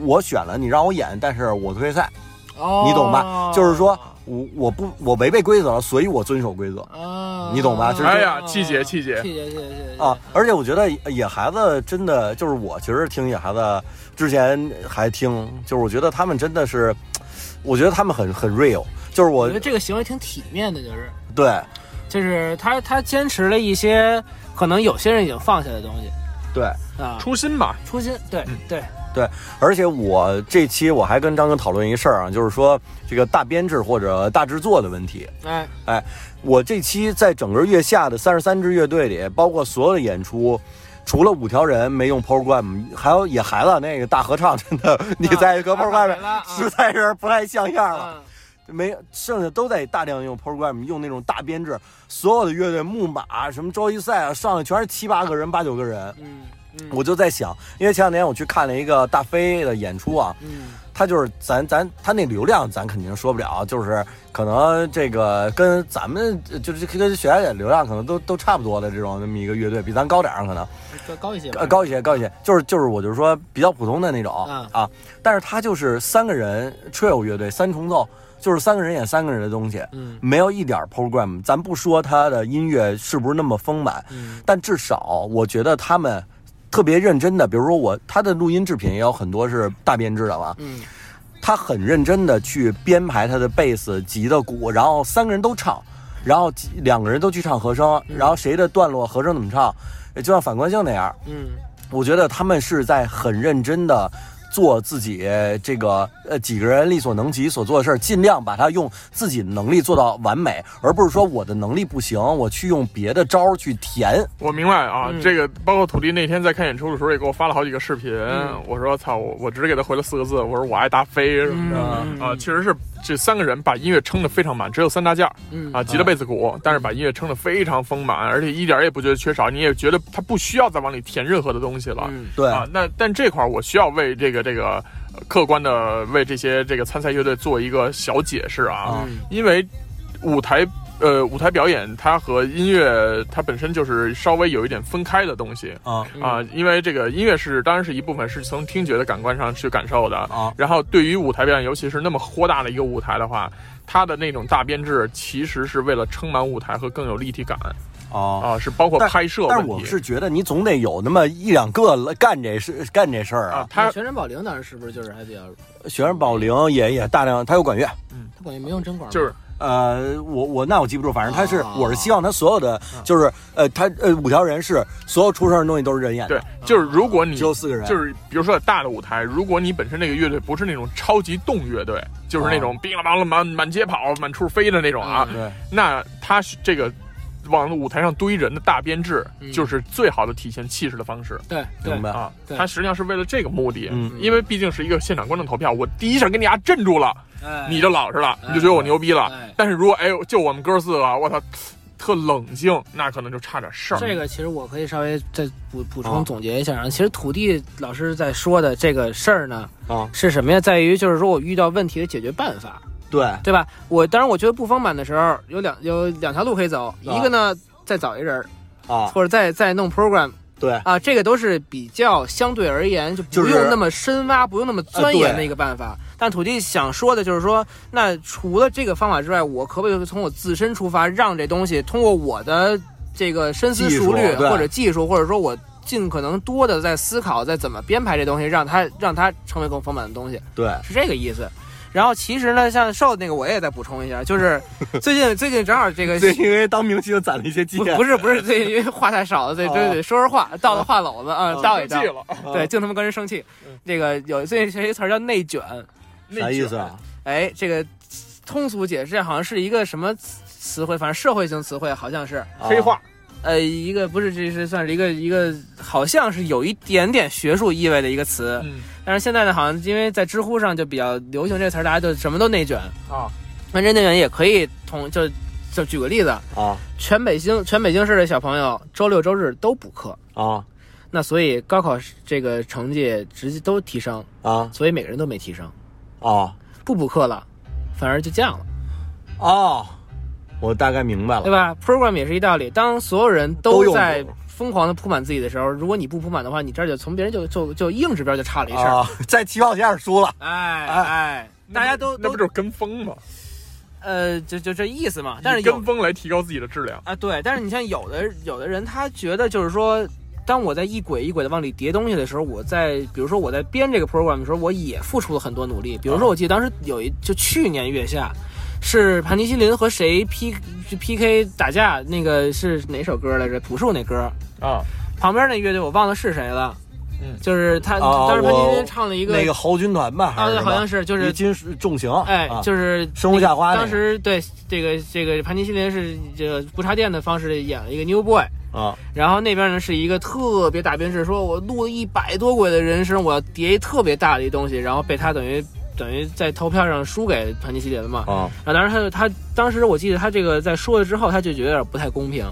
我选了，你让我演，但是我退赛，
哦
你懂吧？就是说我我不我违背规则了，所以我遵守规则。
啊，
你懂吧就是
哎呀气节气节
气节，气节，气节
啊，而且我觉得野孩子真的就是我，其实听野孩子之前还听，就是我觉得他们真的是，我觉得他们很很 real，就是
我
我
觉得这个行为挺体面的，就是
对
就是他他坚持了一些可能有些人已经放下的东西
对
啊，
初嗯心吧，
初心，对对，
对，而且我这期我还跟张哥讨论一事儿啊，就是说这个大编制或者大制作的问题。
哎，
哎，我这期在整个月下的三十三支乐队里，包括所有的演出，除了五条人没用 program，还有野孩子那个大合唱，真的你在歌 program
来了啊
实在是不太像样了。
嗯
没，剩下都得大量用 program，用那种大编制。所有的乐队，木马什么周一赛啊，上来全是七八个人、八九个人。
嗯
我就在想，因为前两天我去看了一个大飞的演出啊，
嗯
他就是咱咱他那流量咱肯定说不了，啊就是可能这个跟咱们呃就是跟雪莱姐流量可能都都差不多的这种那么一个乐队，比咱高点儿可能
嗯高高一些吧，
呃高一些高一些，就是就是我就是说比较普通的那种
嗯
啊，但是他就是三个人 trio 乐队三重奏，就是三个人演三个人的东西，
嗯
没有一点儿 program，咱不说他的音乐是不是那么丰满，
嗯
但至少我觉得他们特别认真的，比如说我他的录音制品也有很多是大编制的嘛，
嗯
他很认真的去编排他的贝斯、吉的鼓，然后三个人都唱，然后几两个人都去唱和声，
嗯
然后谁的段落和声怎么唱，就像反光镜那样。
嗯
我觉得他们是在很认真的做自己这个呃几个人力所能及所做的事儿，尽量把它用自己的能力做到完美，而不是说我的能力不行，我去用别的招儿去填。
我明白啊，
嗯
这个包括土地那天在看演出的时候也给我发了好几个视频，我说操，我我只给他回了四个字，我说我爱达菲什么的、
嗯
啊，确实是这三个人把音乐撑得非常满，只有三大件儿
嗯
啊，吉他、贝斯、鼓，但是把音乐撑得非常丰满，而且一点儿也不觉得缺少，你也觉得他不需要再往里填任何的东西了。
嗯
对，
啊，那但这块儿我需要为这个这个呃客观的为这些这个参赛乐队做一个小解释啊，
嗯
因为舞台呃舞台表演它和音乐它本身就是稍微有一点分开的东西。
啊
嗯
啊，因为这个音乐是当然是一部分是从听觉的感官上去感
哦
受的
啊
然后对于舞台表演，尤其是那么豁大的一个舞台的话，它的那种大编制其实是为了撑满舞台和更有立体感
啊！
啊，是包括
但
拍摄
但
问
我
题
是觉得你总得有那么一两个干这事干这事儿
啊
啊。，
它
全身保龄当时是不是就是还比较，
学生保龄也也大量，他有管乐，
他管也没用真管吗，
就是
呃，我我那我记不住，反正他是，
啊
我是希望他所有的就是呃，他呃五条人是所有出声的东西都是人演的，
对，就是如果你
只有四个人，
就是比如说大的舞台，如果你本身那个乐队不是那种超级动乐队，就是那种乒啦乓啦满满街跑、满处飞的那种啊，
哦嗯对，
那它是这个往舞台上堆人的大编制，
嗯
就是最好的体现气势的方式。
对对
明，白。
啊，
对
它实际上是为了这个目的，
嗯
因为毕竟是一个现场观众投票，我第一下给你丫镇住了，
哎
你就老实了，
哎
你就觉得我牛逼了。
哎
但是如果哎呦，就我们哥四个啊，我操，特冷静，那可能就差点事儿。
这个其实我可以稍微再补补
啊
充总结一下啊。其实土地老师在说的这个事儿呢，
啊，
是什么呀？在于就是说我遇到问题的解决办法，
对，
对吧？我当然我觉得不丰满的时候，有两有两条路可以走，一个呢再找一人儿，
啊，
或者再再弄 program
对，
啊，这个都是比较相对而言就
就
不
是
用那么深挖，不用那么钻
啊
研
对
的一个办法。但土地想说的就是说，那除了这个方法之外，我可不可以从我自身出发，让这东西通过我的这个深思熟虑
技术对
或者技术，或者说我尽可能多的在思考，在怎么编排这东西，让它让它成为更丰满的东西。
对，
是这个意思。然后其实呢，像瘦的那个我也再补充一下，就是 最近最近正好这个
对，因为当明星攒了一些 经
不
验，
不是不是最近因为话太少了，
哦
对对对，说实话到了话篓子啊，到也
记
到，
了，
对，净他妈跟人生气。这个有最近学一词儿叫内卷，
嗯啥意思啊？
哎，这个通俗解释好像是一个什么词词汇，反正社会性词汇好像是，
啊
黑化，
呃，一个不是这是算是一个一个好像是有一点点学术意味的一个词，
嗯
但是现在呢，好像因为在知乎上就比较流行这个词儿，大家就什么都内卷。
啊，
那这内卷也可以同就就举个例子，
啊
全北京全北京市的小朋友周六周日都补课，
啊
那所以高考这个成绩直接都提升，
啊
所以每个人都没提升，
啊
不补课了，反而就降了，
哦，我大概明白
对
了，
吧？Program 也是一道理，当所有人
啊都
都
用
在
过
疯狂的铺满自己的时候，如果你不铺满的话，你这儿就从别人就就就硬指标就差了一事儿，
啊， 在起跑线上输了，
哎哎，大家都
那
都
不就是跟风吗？
呃，就就这意思嘛，但是
以
有
跟风来提高自己的质量。
啊，对，但是你像有的有的人，他觉得就是说，当我在一轨一轨的往里叠东西的时候，我在比如说我在编这个 program 的时候，我也付出了很多努力。比如
啊
说，我记得当时有一就去年月下，是盘尼西林和谁 P P K 打架，那个是哪首歌来着？朴树那歌，
啊，
旁边那乐队我忘了是谁了，
嗯
就是他、
啊
当时盘尼西
我
林唱了一个
那个猴军团吧，还
啊，
是
对，
什么
好像是就是
一金属重型，
哎，
啊
就是
生活夏花那
当
个
时对这个这个盘尼西林是这个不插电的方式演了一个 New Boy，
啊
然后那边呢是一个特别大编制，说我录了一百多轨的人声，我要叠一特别大的一东西，然后被他等于等于在投票上输给盘尼西林了嘛。
啊
然后当时他就他当时我记得他这个在说了之后，他就觉得有点不太公平，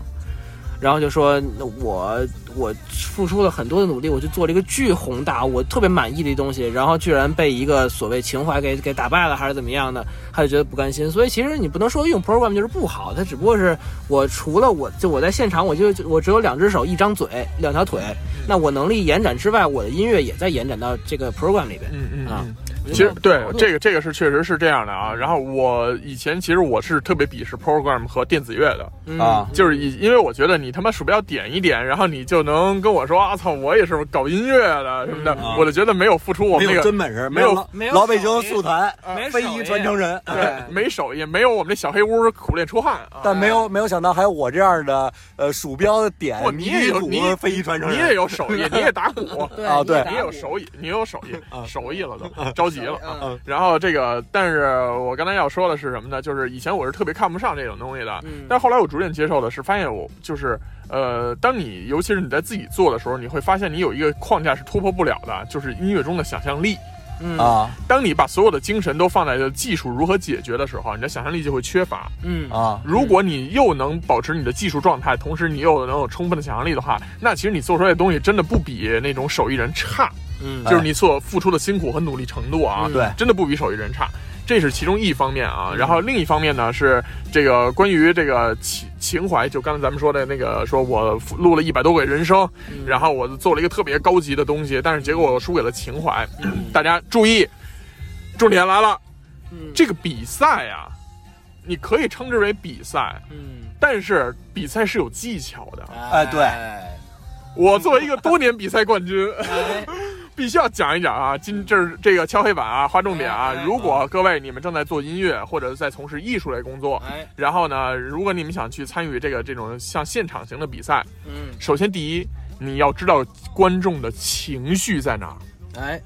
然后就说我我付出了很多的努力，我就做了一个巨宏大我特别满意的东西，然后居然被一个所谓情怀给给打败了，还是怎么样的，他就觉得不甘心。所以其实你不能说用 program 就是不好，它只不过是我除了我就我在现场我就我只有两只手、一张嘴、两
嗯
条腿，那我能力延展之外，我的音乐也在延展到这个 program 里边。
嗯嗯
啊
嗯，
我
其
觉
实
得
对
矛盾
这个这个是确实是这样的啊。然后我以前其实我是特别鄙视 program 和电子乐的，
嗯
啊
就是以因为我觉得你他妈鼠标点一点，然后你就能跟我说啊操，我也是搞音乐的什么的，
嗯
我就觉得没有付出我
没
们那
有
个
真本事，
没有
老
没有
老
手
北京
艺
速弹
没，哎
非
手
遗
艺
传承人。
对没手艺，没有我们这小黑屋苦练出汗啊。
但没有没有想到还有我这样的呃鼠标的点
不，你
迷
也有
谷
你
非遗传承
你也
人。
有手艺，你也打鼓。
对
啊对
你有手
艺
艺，你有手艺，手艺了都着急了啊。
嗯
然后这个，但是我刚才要说的是什么呢？就是以前我是特别看不上这种东西的，
嗯
但后来我逐渐接受的是，发现我就是呃，当你尤其是你在自己做的时候，你会发现你有一个框架是突破不了的，就是音乐中的想象力。
嗯
啊
当你把所有的精神都放在了技术如何解决的时候，你的想象力就会缺乏。
嗯
啊
如果你又能保持你的技术状态，同时你又能有充分的想象力的话，那其实你做出来的东西真的不比那种手艺人差，
嗯
就是你所付出的辛苦和努力程度啊，
嗯
对
真的不比手艺人差。这是其中一方面啊，然后另一方面呢是这个关于这个情情怀，就刚才咱们说的那个，说我录了一百多个人声，
嗯
然后我做了一个特别高级的东西，但是结果我输给了情怀。大家注意，重点来了，
嗯
这个比赛啊，你可以称之为比赛，
嗯
但是比赛是有技巧的。
哎对
哎
我作为一个多年比赛冠 军，
哎
必须要讲一讲啊，今这是这个敲黑板啊，划重点啊
哎哎。
如果各位你们正在做音乐或者在从事艺术类工作，
哎
然后呢，如果你们想去参与这个这种像现场型的比赛，
嗯
首先第一，你要知道观众的情绪在哪儿。
哎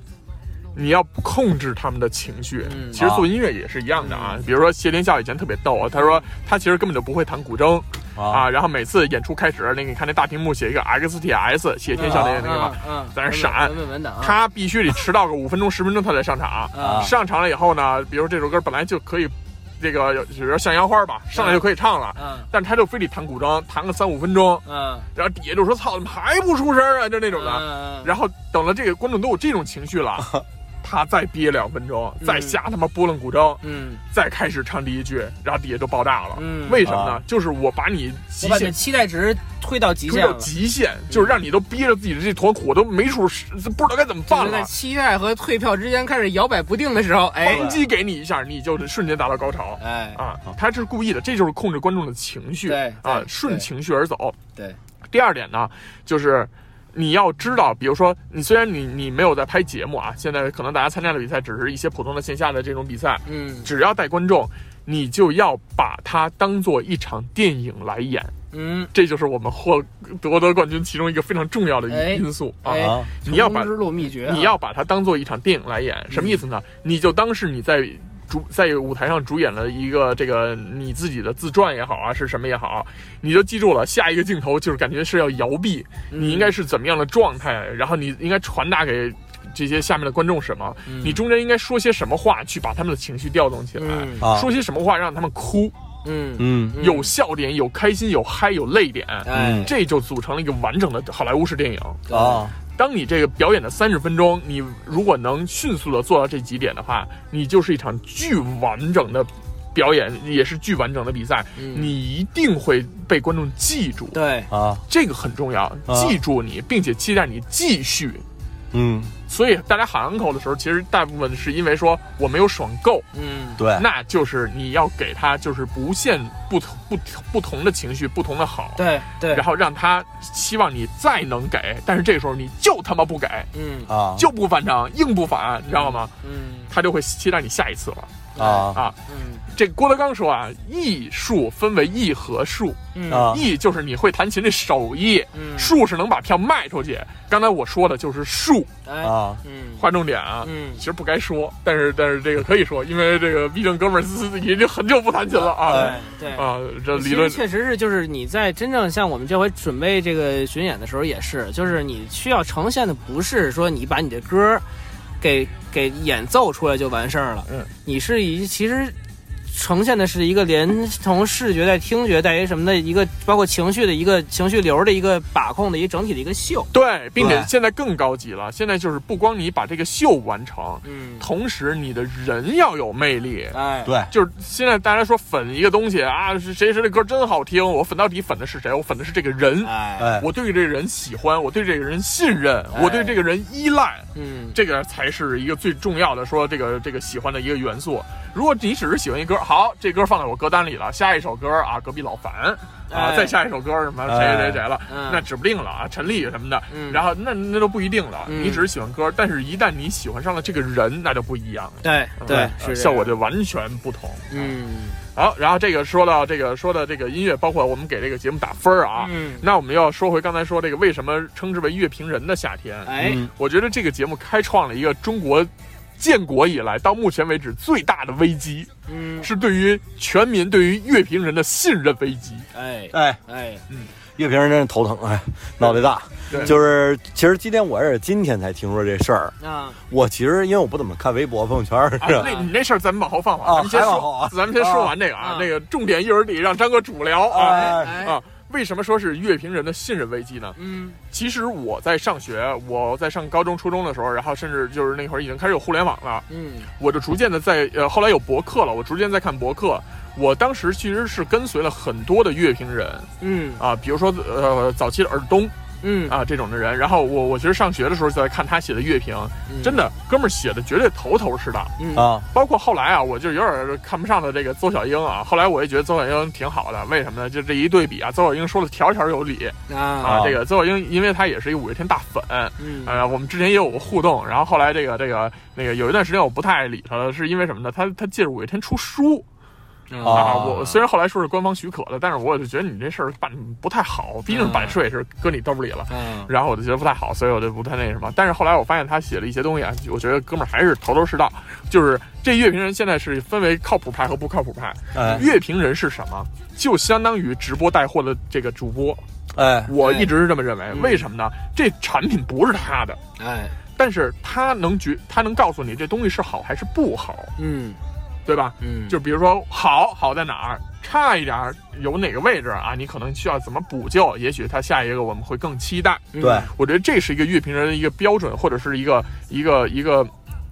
你要控制他们的情绪，
嗯
其实做音乐也是一样的啊。比如说谢天笑以前特别逗啊，他说他其实根本就不会弹古筝，啊，然后每次演出开始，那个你看那大屏幕写一个 XTS，写天笑那个那个嘛，
嗯
在那闪
稳稳稳的啊
他必须得迟到个五分钟十分钟他才上场。
啊
上场了以后呢，比如这首歌本来就可以，这个有比如说向阳花吧，上来就可以唱了。
嗯
但是他就非得弹古筝，弹个三五分钟，
嗯
然后底下就说：“操，怎么还不出声啊？”就那种的。
嗯啊
然后等了这个观众都有这种情绪了，他再憋两分钟，再瞎他妈拨弄古筝，
嗯
再开始唱第一句，然后底下就爆炸了。
嗯
为什么呢？
啊
就是我把你极
我把你
限
的期待值推到极
推
限
到
了。
极限，就是让你都憋着自己的这坨苦，都没处使不知道该怎么
就
办
是在
了。
期待和退票之间开始摇摆不定的时候，哎
咣叽给你一下，你就瞬间达到高潮。
哎，
啊，他是故意的，这就是控制观众的情绪
对
啊，
对
顺
对
情绪而走。
对，
第二点呢，就是你要知道，比如说你虽然你你没有在拍节目啊，现在可能大家参加的比赛只是一些普通的线下的这种比赛，
嗯
只要带观众，你就要把它当做一场电影来演，
嗯，
这就是我们获夺得冠军其中一个非常重要的
哎
因因素啊。
哎
啊，
你要把
成功之路秘诀啊，
你要把它当做一场电影来演，什么意思呢？你就当是你在主在舞台上主演了一个这个你自己的自传也好啊，是什么也好，你就记住了，下一个镜头就是感觉是要摇臂，你应该是怎么样的状态，然后你应该传达给。这些下面的观众什么？你中间应该说些什么话，去把他们的情绪调动起来？
嗯
啊
说些什么话让他们哭？
嗯
嗯
嗯
有笑点，有开心，有嗨，有泪点，
哎
这就组成了一个完整的好莱坞式电影。
啊
当你这个表演的三十分钟，你如果能迅速的做到这几点的话，你就是一场巨完整的表演，也是巨完整的比赛，
嗯
你一定会被观众记住，
对啊
啊
这个很重要，记住你，并且期待你继续。
嗯
所以大家喊 uncle 的时候，其实大部分是因为说我没有爽够，
嗯
对
那就是你要给他就是不限不同不同不同的情绪，不同的好，
对对，
然后让他希望你再能给，但是这个时候你就他妈不给，
嗯
啊
就不反常，硬不反，你知道吗？
嗯
他就会期待你下一次了
啊
啊。
嗯
这郭德纲说啊，艺术分为艺和术，
嗯
啊
艺就是你会弹琴的手艺，
嗯
术是能把票卖出去。刚才我说的就是术，
哎
啊
嗯
划重点啊。
嗯
其实不该说，但是但是这个可以说，因为这个毕竟哥们儿已经很久不弹琴了啊
对对。
啊，这
哎其
理
实
论
确实是，就是你在真正像我们这回准备这个巡演的时候，也是，就是你需要呈现的不是说你把你的歌儿给给演奏出来就完事儿了，
嗯，
你是以其实呈现的是一个连同视觉带听觉带一什么的一个，包括情绪的一个情绪流的一个把控的一个整体的一个秀。
对，并且
对
现在更高级了，现在就是不光你把这个秀完成，
嗯，
同时你的人要有魅力。
哎，
对，
就是现在大家说粉一个东西啊，是谁谁的歌真好听，我粉到底粉的是谁？我粉的是这个人，
哎，
哎，
我对这个人喜欢，我对这个人信任，我对这个人依赖，
嗯，
这个才是一个最重要的说这个这个喜欢的一个元素。如果你只是喜欢一歌，好，这歌放在我歌单里了，下一首歌啊，隔壁老樊啊，
哎
再下一首歌什么谁
哎
谁谁了，
嗯
那指不定了啊，陈粒什么的，
嗯
然后那那都不一定了。
嗯
你只是喜欢歌，但是一旦你喜欢上了这个人，那就不一样了，
对对
啊，
是这
效
样
果。就完全不同。
嗯
好，然后这个说到这个说到这个音乐，包括我们给这个节目打分儿啊。
嗯，
那我们要说回刚才说这个为什么称之为乐评人的夏天？
哎，
我觉得这个节目开创了一个中国建国以来到目前为止最大的危机，
嗯，
是对于全民对于乐评人的信任危机。
哎
哎，
哎，
乐评人真是头疼，哎，脑袋大
对。
就是其实今天我也是今天才听说这事儿，
那
我其实因为我不怎么看微博朋友圈
啊，
是吧。
那你那事儿咱们往后放吧，
啊
咱们先
还
说，
往后啊
咱们先说完这个啊，
啊
那个重点一会儿得让张哥主聊啊、
哎
哎，
啊。为什么说是乐评人的信任危机呢？
嗯
其实我在上学，我在上高中、初中的时候，然后甚至就是那会儿已经开始有互联网了，
嗯
我就逐渐的在呃，后来有博客了，我逐渐在看博客。我当时其实是跟随了很多的乐评人
嗯
啊，比如说呃早期的尔东
嗯，
啊这种的人，然后我我其实上学的时候就在看他写的乐评，
嗯
真
的，
的哥们儿写的绝对头头是道。
嗯
啊，
包括后来啊，我就有点看不上的这个邹小英啊，后来我也觉得邹小英挺好的，为什么呢？就这一对比啊，邹小英说的条条有理
啊，
啊，这个邹小英因为她也是一个五月天大粉，
嗯
呃，我们之前也有过互动，然后后来这个这个那个有一段时间我不太理他了，是因为什么呢？他他借着五月天出书啊，
啊
我虽然后来说是官方许可的，但是我就觉得你这事儿办不太好，毕竟版税是搁你兜里了。
嗯
然后我就觉得不太好，所以我就不太那什么。但是后来我发现他写了一些东西啊，我觉得哥们儿还是头头是道。就是这乐评人现在是分为靠谱派和不靠谱派。
嗯
哎
乐评人是什么？就相当于直播带货的这个主播，
哎，
我
对
一直是这么认为。
嗯
为什么呢？这产品不是他的。
哎
但是他能觉，他能告诉你这东西是好还是不好，
嗯
对吧？
嗯，
就比如说好好在哪儿，差一点儿有哪个位置啊，你可能需要怎么补救，也许他下一个我们会更期待。
对，
我觉得这是一个乐评人的一个标准，或者是一个一个一个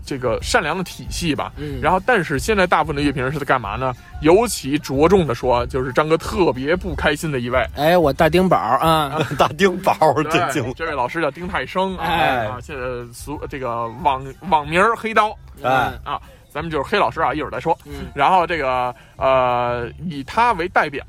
这个善良的体系吧。
嗯，
然后，但是现在大部分的乐评人是在干嘛呢？尤其着重的说，就是张哥特别不开心的一位，
哎，我大丁宝啊，
大丁包儿这
对
惊，
这位老师叫丁太生，
哎
啊，现在俗这个网网名儿黑刀，
哎
啊，咱们就是黑老师啊，一会儿再说。
嗯
然后这个呃，以他为代表，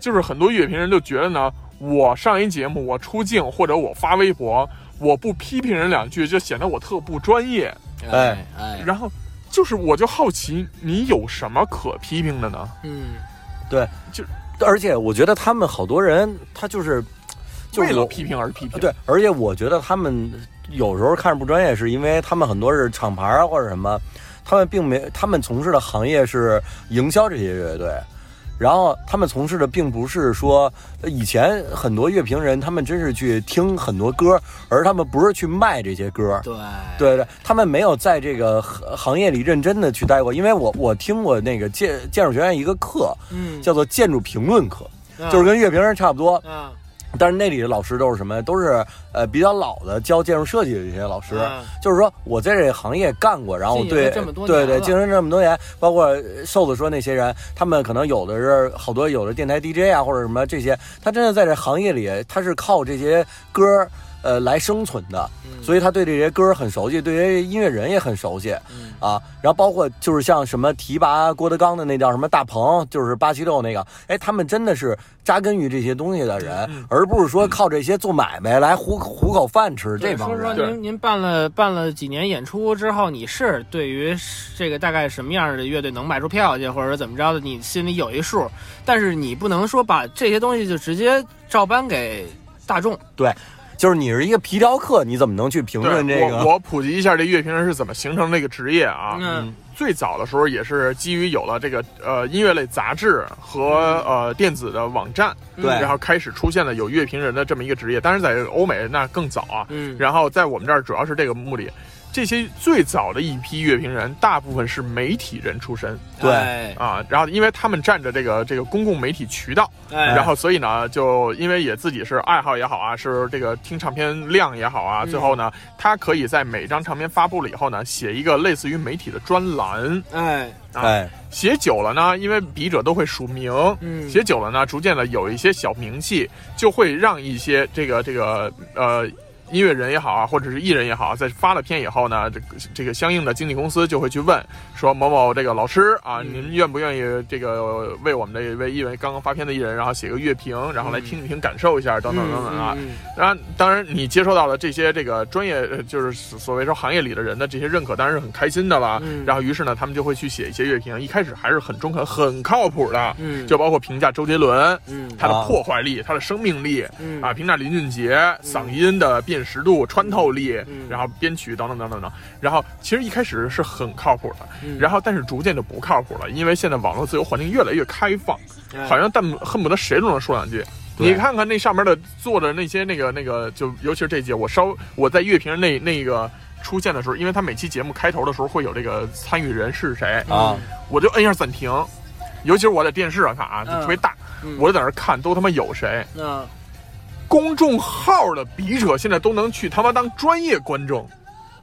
就是很多乐评人就觉得呢，我上一节目，我出镜或者我发微博，我不批评人两句，就显得我特不专业。
哎哎，
然后就是我就好奇，你有什么可批评的呢？
嗯
而且我觉得他们好多人，他就是，就
为
是
了
我
批评而批评，，
对，而且我觉得他们有时候看着不专业，是因为他们很多是厂牌啊或者什么，他们并没他们从事的行业是营销这些乐队。然后他们从事的并不是说，呃以前很多乐评人，他们真是去听很多歌，而他们不是去卖这些歌，
对
对对，他们没有在这个行行业里认真的去待过，因为我我听过那个建建筑学院一个课，
嗯
叫做建筑评论课，就是跟乐评人差不多，
嗯
但是那里的老师都是什么？都是呃比较老的教建筑设计的这些老师，
嗯
就是说我在这个行业干过，然后我
经营
对
了这么多年
对对
了
经营这么多年，包括呃瘦子说那些人，他们可能有的是好多有的电台 DJ 啊或者什么这些，他真的在这行业里他是靠这些歌儿呃来生存的，
嗯
所以他对这些歌儿很熟悉，对这些音乐人也很熟悉。
嗯
啊，然后包括就是像什么提拔郭德纲的那叫什么大鹏，就是八七六那个，哎，他们真的是扎根于这些东西的人，
嗯
而不是说靠这些做买卖来糊糊口饭吃这帮
说说
人。
对
您您办了办了几年演出之后，你是对于这个大概什么样的乐队能卖出票去，或者怎么着的，你心里有一数，但是你不能说把这些东西就直接照搬给大众。
就是你是一个皮条客，你怎么能去评论这
我
个？
我普及一下这乐评人是怎么形成这个职业啊。
嗯
最早的时候也是基于有了这个呃音乐类杂志
嗯
和呃电子的网站，
对
然后开始出现了有乐评人的这么一个职业。当然在欧美那更早啊，
嗯
然后在我们这儿主要是这个目的。这些最早的一批乐评人，大部分是媒体人出身
对
哎
啊，然后因为他们占着这个这个公共媒体渠道，
哎
然后所以呢，就因为也自己是爱好也好啊，是这个听唱片量也好啊，最后呢，他可以在每张唱片发布了以后呢，写一个类似于媒体的专栏。
哎，
啊
哎，
写久了呢，因为笔者都会署名，
嗯
写久了呢，逐渐的有一些小名气，就会让一些这个这个呃。音乐人也好啊，或者是艺人也好，在发了片以后呢，这个这个相应的经纪公司就会去问说某某这个老师啊，您愿不愿意这个为我们这位艺人刚刚发片的艺人，然后写个乐评，然后来听一听，感受一下，等等等等啊。
嗯嗯
当然，当然，你接收到了这些这个专业，呃就是所谓说行业里的人的这些认可，当然是很开心的了。
嗯
然后，于是呢，他们就会去写一些乐评，一开始还是很中肯、很靠谱的，
嗯
就包括评价周杰伦，
嗯
他的
啊
破坏力、他的生命力，
嗯
啊，评价林俊杰嗓音的辨识度、穿透力，
嗯
然后编曲等等等等等。然后其实一开始是很靠谱的，
嗯
然后但是逐渐就不靠谱了，因为现在网络自由环境越来越开放，
哎
好像但恨不得谁都能说两句。
对
你看看那上面的坐着那些那个那个，就尤其是这届，我稍我在乐评那那个出现的时候，因为他每期节目开头的时候会有这个参与人是谁，
嗯
啊，
我就摁一下暂停。尤其是我在电视上看啊，就特别大，
嗯
我就在那儿看，都他妈有谁。
那
公众号的笔者现在都能去他妈当专业观众，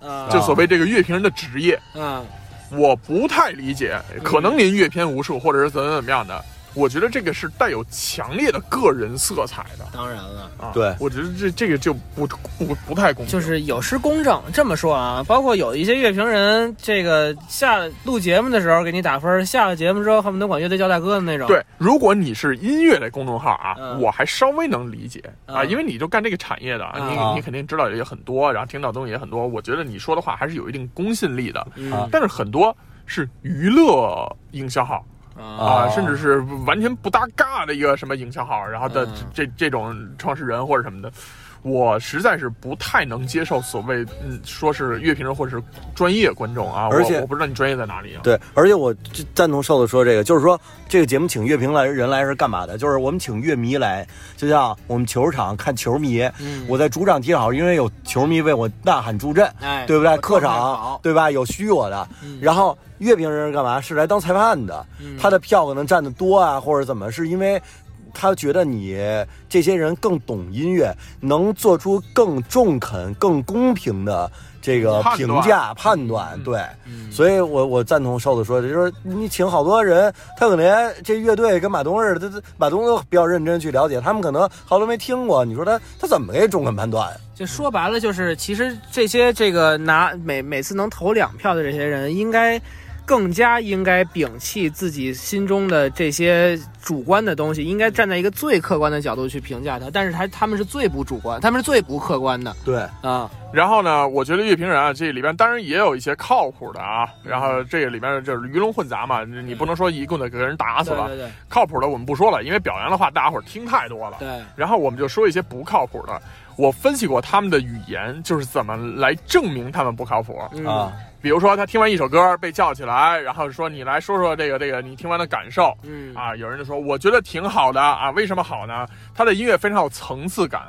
啊
就所谓这个乐评人的职业，
嗯
我不太理解。可能您阅片无数，或者是怎么怎么样的，我觉得这个是带有强烈的个人色彩的
当然了。
啊。
对
我觉得这这个就不不不太公平。
就是有失公正，这么说啊，包括有一些乐评人，这个下了录节目的时候给你打分，下了节目之后恨不得管乐队叫大哥的那种。
对，如果你是音乐类公众号啊，
啊嗯
我还稍微能理解啊，
嗯
因为你就干这个产业的，啊，
嗯
你你肯定知道也很多，然后听到的东西也很多，我觉得你说的话还是有一定公信力的。
嗯，
啊
但是很多是娱乐营销号
啊
啊，
哦
甚至是完全不搭嘎的一个什么营销号，然后的
嗯
这这这种创始人或者什么的。我实在是不太能接受所谓嗯，说是乐评人或者是专业观众啊，
而且
我我不知道你专业在哪里啊。
对，而且我就赞同瘦子说这个，就是说这个节目请乐评来人来是干嘛的？就是我们请乐迷来，就像我们球场看球迷，
嗯
我在主场踢好，因为有球迷为我呐喊助阵，
哎
对不对
我？
客
状态
场
好
对吧？有虚我的，然后乐评人是干嘛？是来当裁判的，
嗯
他的票可能占的多啊，或者怎么？是因为。他觉得你这些人更懂音乐，能做出更中肯、更公平的这个
判
评
断
价判
嗯
断，对，所以我我赞同瘦子说的，就是你请好多人，他可能连这乐队跟马东似的，他他马东都比较认真去了解，他们可能好多没听过，你说他他怎么给中肯判断？
就说白了，就是其实这些这个拿每每次能投两票的这些人，应该更加应该摒弃自己心中的这些主观的东西，应该站在一个最客观的角度去评价它。但是他他们是最不主观，他们是最不客观的
对，
啊。
然后呢，我觉得乐评人啊，这里边当然也有一些靠谱的啊，
嗯
然后这个里边就是鱼龙混杂嘛，你不能说一棍子给人打死
对
了。
嗯对对
靠谱的我们不说了，因为表扬的话大家伙儿听太多了。
对，
然后我们就说一些不靠谱的。我分析过他们的语言，就是怎么来证明他们不靠谱。
嗯
啊，
比如说，他听完一首歌被叫起来，然后说：“你来说说这个这个你听完的感受。”
嗯
啊，有人就说：“我觉得挺好的啊，为什么好呢？他的音乐非常有层次感。”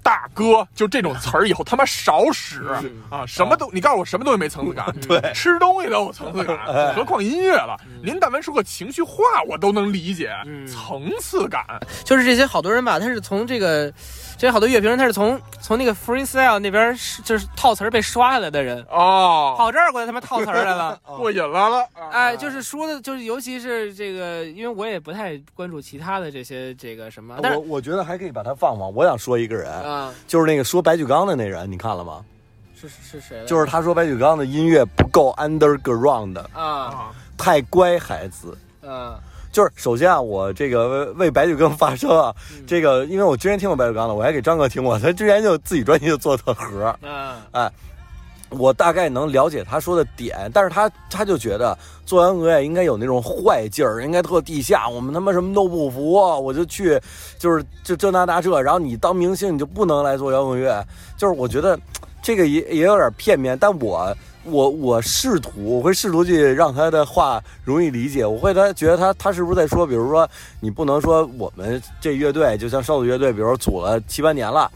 大哥，就这种词儿以后他妈少使啊！什么都，你告诉我什么东西没层次感？
对
吃东西都有层次感，何况音乐了？您但凡说个情绪化，我都能理解。层次感，
就是这些好多人吧，他是从这个。这些好多乐评人，他是从从那个 freestyle 那边是就是套词儿被刷下来的人，
哦，
跑这儿过来他妈套词儿来了。
过瘾了了。啊
哎，就是说的，就是尤其是这个，因为我也不太关注其他的这些这个什么，但
我
是
我觉得还可以把他放啊放。我想说一个人，
啊，
就是那个说白举纲的那人，你看了吗？
是是谁来着？
就是他说白举纲的音乐不够 underground，的
啊
啊，
太乖孩子。
啊
就是首先啊，我这个为为白举纲发声啊，
嗯
这个因为我之前听过白举纲的，我还给张哥听过，他之前就自己专辑就做特盒，
啊
我大概能了解他说的点，但是他他就觉得做完鹅呀应该有那种坏劲儿，应该特地下，我们他妈什么都不服，我就去，就是就这那那这，然后你当明星你就不能来做摇滚乐，就是我觉得这个也也有点片面，但我我我试图我会试图去让他的话容易理解，我会他觉得他他是不是在说，比如说你不能说我们这乐队就像少子乐队，比如说组了七八年了。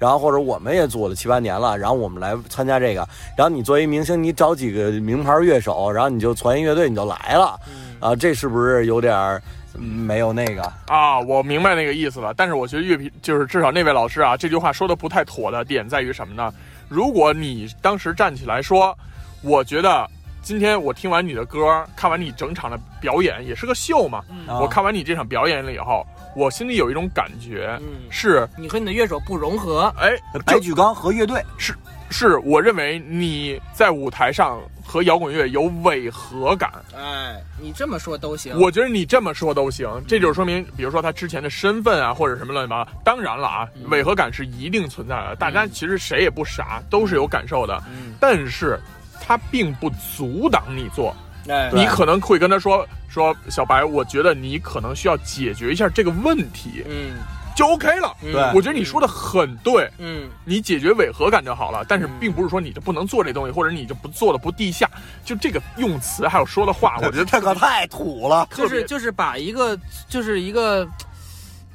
然后或者我们也做了七八年了，然后我们来参加这个，然后你作为明星，你找几个名牌乐手，然后你就传音乐队你就来了，
嗯
啊，这是不是有点儿嗯没有那个？
啊，我明白那个意思了。但是我觉得乐评就是至少那位老师啊，这句话说的不太妥的点在于什么呢？如果你当时站起来说，我觉得今天我听完你的歌，看完你整场的表演，也是个秀嘛。
啊
我看完你这场表演了以后，我心里有一种感觉
嗯，
是，
你和你的乐手不融合，
哎，
白举纲和乐队
是我认为你在舞台上和摇滚乐有违和感。
哎，你这么说都行。嗯
我觉得你这么说都行，这就是说明，比如说他之前的身份啊，或者什么乱七八糟。当然了啊，
嗯
违和感是一定存在的，大家其实谁也不傻，都是有感受的。
嗯
但是，它并不阻挡你做。
哎，
对
你可能会跟他说说，小白，我觉得你可能需要解决一下这个问题，
嗯
就 OK 了。
嗯
对
我觉得你说的很对，
嗯
你解决违和感就好了，但是并不是说你就不能做这东西，或者你就不做的不地下。就这个用词还有说的 话，我觉得
这可太土了。
特
就
别
是就是把一个就是一个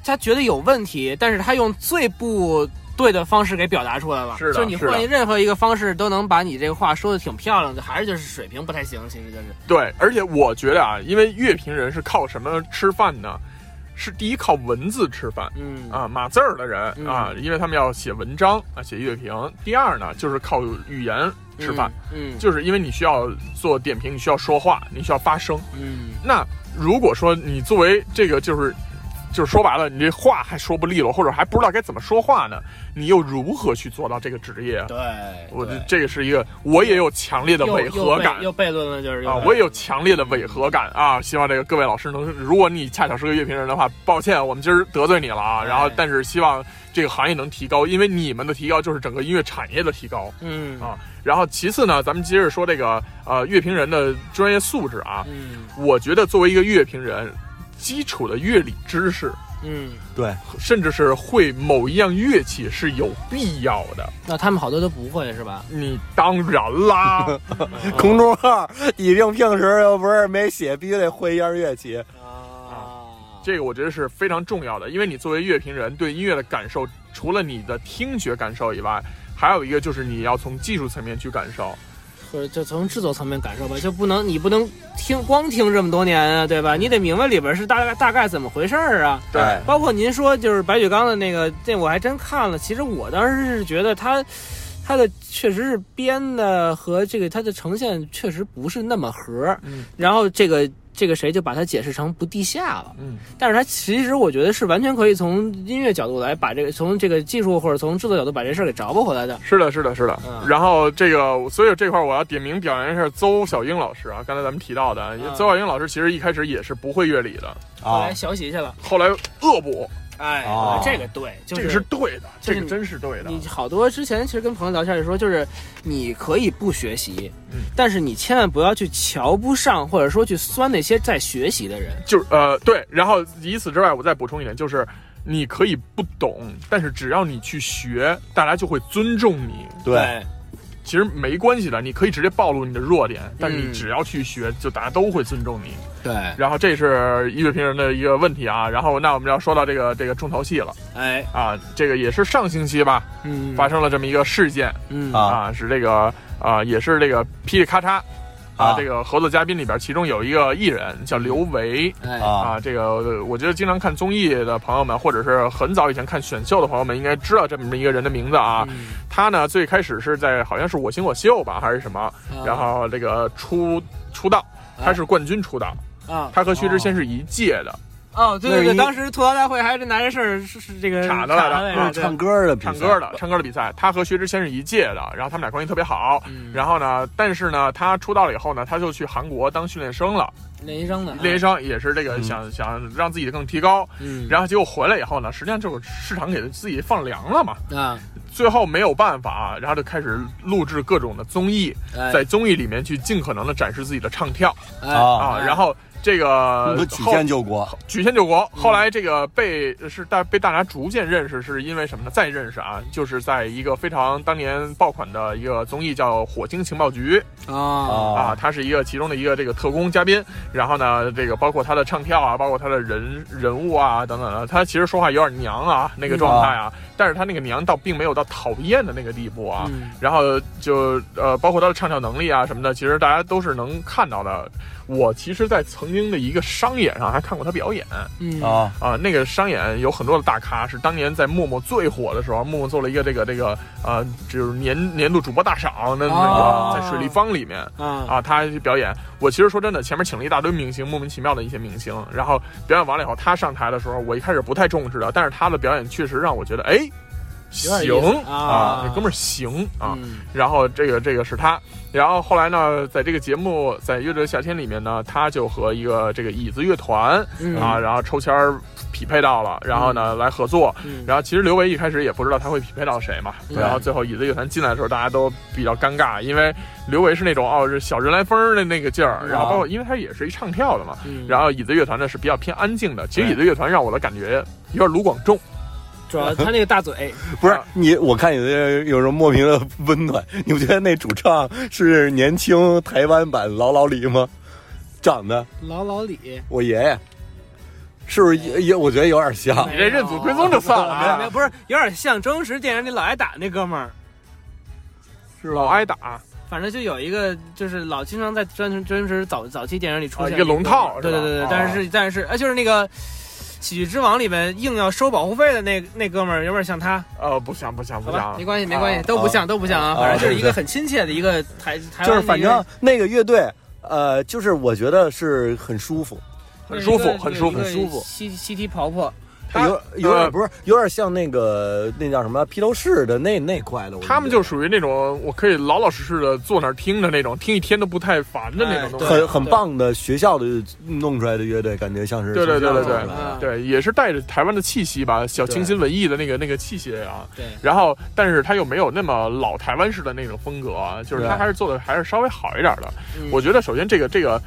他觉得有问题，但是他用最不对的方式给表达出来了。
是的
就是你
是的
换任何一个方式都能把你这个话说的挺漂亮的，还是就是水平不太行，其实就是
对，而且我觉得啊，因为乐评人是靠什么吃饭呢？是第一靠文字吃饭
嗯
啊，码字儿的人
嗯
啊，因为他们要写文章啊，写乐评。第二呢，就是靠语言吃饭，，
嗯
就是因为你需要做点评，你需要说话，你需要发声。
嗯
那如果说你作为这个就是。就是说白了，你这话还说不利落，或者还不知道该怎么说话呢，你又如何去做到这个职业啊？
对，
我这
对
这个是一个，我也有强烈的
又
违和感，
又悖论了，就是
啊，我也有强烈的违和感啊！希望这个各位老师能，如果你恰巧是个乐评人的话，抱歉，我们今儿得罪你了啊。
哎
然后，但是希望这个行业能提高，因为你们的提高就是整个音乐产业的提高。
嗯
啊然后，其次呢，咱们接着说这个呃乐评人的专业素质啊。
嗯
我觉得作为一个乐评人，基础的乐理知识，
嗯，
对，
甚至是会某一样乐器是有必要的。
那他们好多都不会是吧？
你当然啦，
公众号你应聘时又不是没写，必须得会一样乐器。
啊
这个我觉得是非常重要的，因为你作为乐评人，对音乐的感受，除了你的听觉感受以外，还有一个就是你要从技术层面去感受。
或者就从制作层面感受吧，就不能你不能听光听这么多年啊，对吧？你得明白里边是大概大概怎么回事儿啊。
对
哎
包括您说就是白举纲的那个，这我还真看了。其实我当时是觉得他他的确实是编的和这个他的呈现确实不是那么合儿。
嗯
然后这个这个谁就把它解释成不地下了。
嗯，
但是它其实我觉得是完全可以从音乐角度来把这个从这个技术或者从制作角度把这事儿给着吧回来的。
是的，是的，是的。
嗯
然后这个，所以这块我要点名表扬一下邹小英老师啊，刚才咱们提到的，
嗯
邹小英老师其实一开始也是不会乐理的，
啊
后来学习去了，
后来恶补，
哎，
哦
这个对，就
这
是
个是对的，这
就是
个真是对的。
你好多之前其实跟朋友聊天也说，就是你可以不学习，
嗯
但是你千万不要去瞧不上或者说去酸那些在学习的人。
就是呃对，然后以此之外，我再补充一点，就是你可以不懂，但是只要你去学，大家就会尊重你。
对，
其实没关系的，你可以直接暴露你的弱点，但
嗯
你只要去学，就大家都会尊重你。
对，
然后这是音乐评人的一个问题啊。然后那我们要说到这个这个重头戏了
哎，
啊，这个也是上星期吧
嗯，
发生了这么一个事件
嗯
啊
啊，是这个啊也是这个噼里咔嚓啊
啊
这个合作嘉宾里边，其中有一个艺人叫刘维。
哎，
啊
啊，这个我觉得经常看综艺的朋友们，或者是很早以前看选秀的朋友们，应该知道这么一个人的名字啊。
嗯
他呢最开始是在好像是我行我秀吧还是什么，
啊
啊
然后这个出出道，
哎
他是冠军出道，
啊，
他和薛之谦是一届的，
哦，对对
那是
对，
一
当时吐槽大会还是拿这事儿是是这个
岔着来的
就是
对
唱歌啊的比赛，
唱歌的唱歌的比赛，他和薛之谦是一届的，然后他们俩关系特别好。
嗯
然后呢，但是呢，他出道了以后呢，他就去韩国当训练生了，
练习
嗯
生的啊
练习，生也是这个想想让自己更提高，
嗯，
然后结果回来以后呢，实际上就是市场给自己放凉了嘛，
后啊，
最后没有办法，然后就开始录制各种的综艺，
哎
在综艺里面去尽可能的展示自己的唱跳
哎
啊
啊，
哎
然后这个
那曲
后
线救国，
曲线救国。后来这个被是大被大家逐渐认识，是因为什么呢？再认识啊，就是在一个非常当年爆款的一个综艺叫《火星情报局》
啊，
啊
啊，他是一个其中的一个这个特工嘉宾。然后呢，这个包括他的唱跳啊，包括他的人人物啊等等的，他其实说话有点娘啊那个状态啊，但是他那个娘倒并没有到讨厌的那个地步啊。
嗯
然后就呃，包括他的唱跳能力啊什么的，其实大家都是能看到的。我其实，在曾经的一个商演上还看过他表演
嗯
啊
啊、那个商演有很多的大咖，是当年在陌陌最火的时候，陌陌做了一个这个这个呃，就是年年度主播大赏，那那
哦
个在水立方里面。
啊
啊，他去表演。我其实说真的，前面请了一大堆明星，莫名其妙的一些明星。然后表演完了以后，他上台的时候，我一开始不太重视的，但是他的表演确实让我觉得，哎，行啊
有点意思啊，
这哥们儿行啊。
嗯
然后这个这个是他，然后后来呢，在这个节目在《乐队的夏天》里面呢，他就和一个这个椅子乐团、
嗯
啊，然后抽签儿匹配到了，然后呢来合作。
嗯
然后其实刘维一开始也不知道他会匹配到谁嘛，
对
然后最后椅子乐团进来的时候，大家都比较尴尬，因为刘维是那种哦是小人来疯儿的那个劲儿，然后包括因为他也是一唱跳的嘛，
嗯
然后椅子乐团呢是比较偏安静的，其实
对
椅子乐团让我的感觉有点卢广仲，
主要他那个大嘴，
不是你，我看有的有时候莫名的温暖。你不觉得那主唱是年轻台湾版老老李吗？长得
老老李，
我爷爷，是不是也也？我觉得有点像
你这认祖归宗就算了
没有没
啊
有，，不是有点像真实电影里老挨打那哥们儿，
是老挨打
反正就有一个就是老经常在真真实早早期电影里出
啊
现
一个龙套是
对对
吧
对对
啊，
但是但是哎，就是那个《喜剧之王》里面硬要收保护费的那那哥们儿，有点像他，
呃，不像不像不
好吧，
像
没，关系没关
啊
系，都不像都不像啊，
啊
反正就是一
对
个很亲切的一个台台湾的一个，
就是反正那个乐队，呃，就是我觉得是很舒服，
很舒服
一个
很舒服
一个
很舒服
西西提婆婆，
他
有有点
呃
不是有点像那个那叫什么披头士的那那块的。我觉得
他们就属于那种我可以老老实实的坐那儿听的那种，听一天都不太烦的那种东西。
哎
很很棒的学校的弄出来的乐队，感觉像是
对对对对对
学校弄出来的
啊
对，也是带着台湾的气息吧，小
对
清新文艺的那个那个气息啊。
对
然后，但是他又没有那么老台湾式的那种风格啊，就是他
对
还是做的还是稍微好一点的。
嗯
我觉得首先这个这个，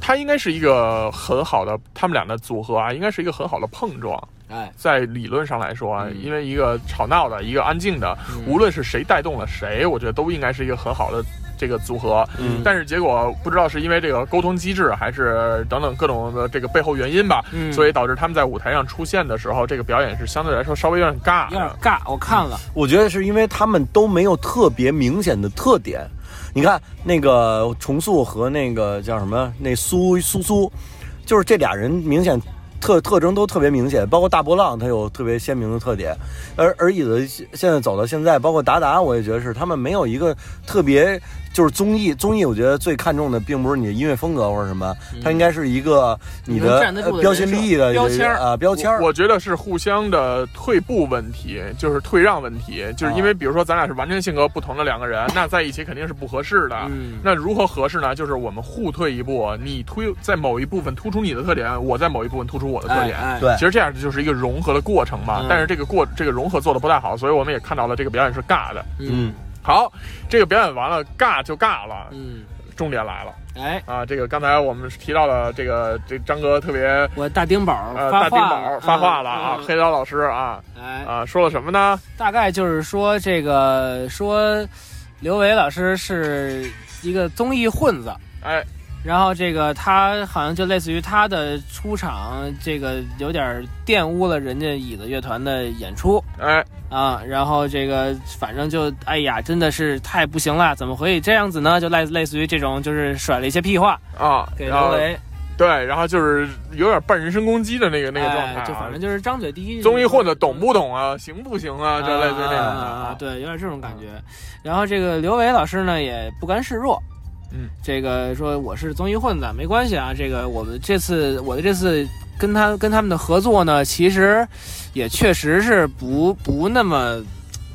他应该是一个很好的，他们俩的组合啊，应该是一个很好的碰撞。
哎，
在理论上来说啊，
嗯
因为一个吵闹的，一个安静的，
嗯
无论是谁带动了谁，我觉得都应该是一个很好的这个组合。
嗯
但是结果不知道是因为这个沟通机制，还是等等各种的这个背后原因吧，
嗯
所以导致他们在舞台上出现的时候，这个表演是相对来说稍微有点尬
有点
的。
尬，我看了，
我觉得是因为他们都没有特别明显的特点。你看那个重塑和那个叫什么那苏苏苏，就是这俩人明显特特征都特别明显，包括大波浪他有特别鲜明的特点，而而椅子现在走到现在，包括达达，我也觉得是他们没有一个特别就是综艺综艺，我觉得最看重的并不是你的音乐风格或者什么，它应该是一个你
能
的
站得住的
呃标新
人设
立异的
标签儿
啊标签儿
我我觉得是互相的退步问题，就是退让问题，就是
啊
因为比如说咱俩是完全性格不同的两个人，那在一起肯定是不合适的。
嗯
那如何合适呢？就是我们互退一步，你推在某一部分突出你的特点，我在某一部分突出我的特
哎
点。
哎
对
其实这样就是一个融合的过程嘛。
嗯
但是这个过这个融合做的不太好，所以我们也看到了这个表演是尬的。
嗯
好，这个表演完了，尬就尬了，
嗯，
重点来了
哎，
啊！这个刚才我们提到了这个这张哥特别。
我大丁宝
呃，大
发
丁
话
宝
了
发话了啊，
嗯嗯
黑刀老师啊
哎，
啊，说了什么呢？
大概就是说这个说刘维老师是一个综艺混子，
哎，
然后这个他好像就类似于他的出场，这个有点玷污了人家椅子乐团的演出
哎，
啊。然后这个反正就哎呀，真的是太不行了，怎么可以这样子呢？就类类似于这种，就是甩了一些屁话
啊，
给
然
刘哎
后
维，
对，然后就是有点半人身攻击的那个那个状态
哎
啊，
就反正就是哎呃张嘴第一
综艺混的懂不懂啊，行不行啊，
啊
这类似这种的
啊，对，有点这种感觉。然后这个刘维老师呢也不甘示弱，
嗯，
这个说我是综艺混子，没关系啊。这个我们这次我的这次跟他跟他们的合作呢，其实也确实是不不那么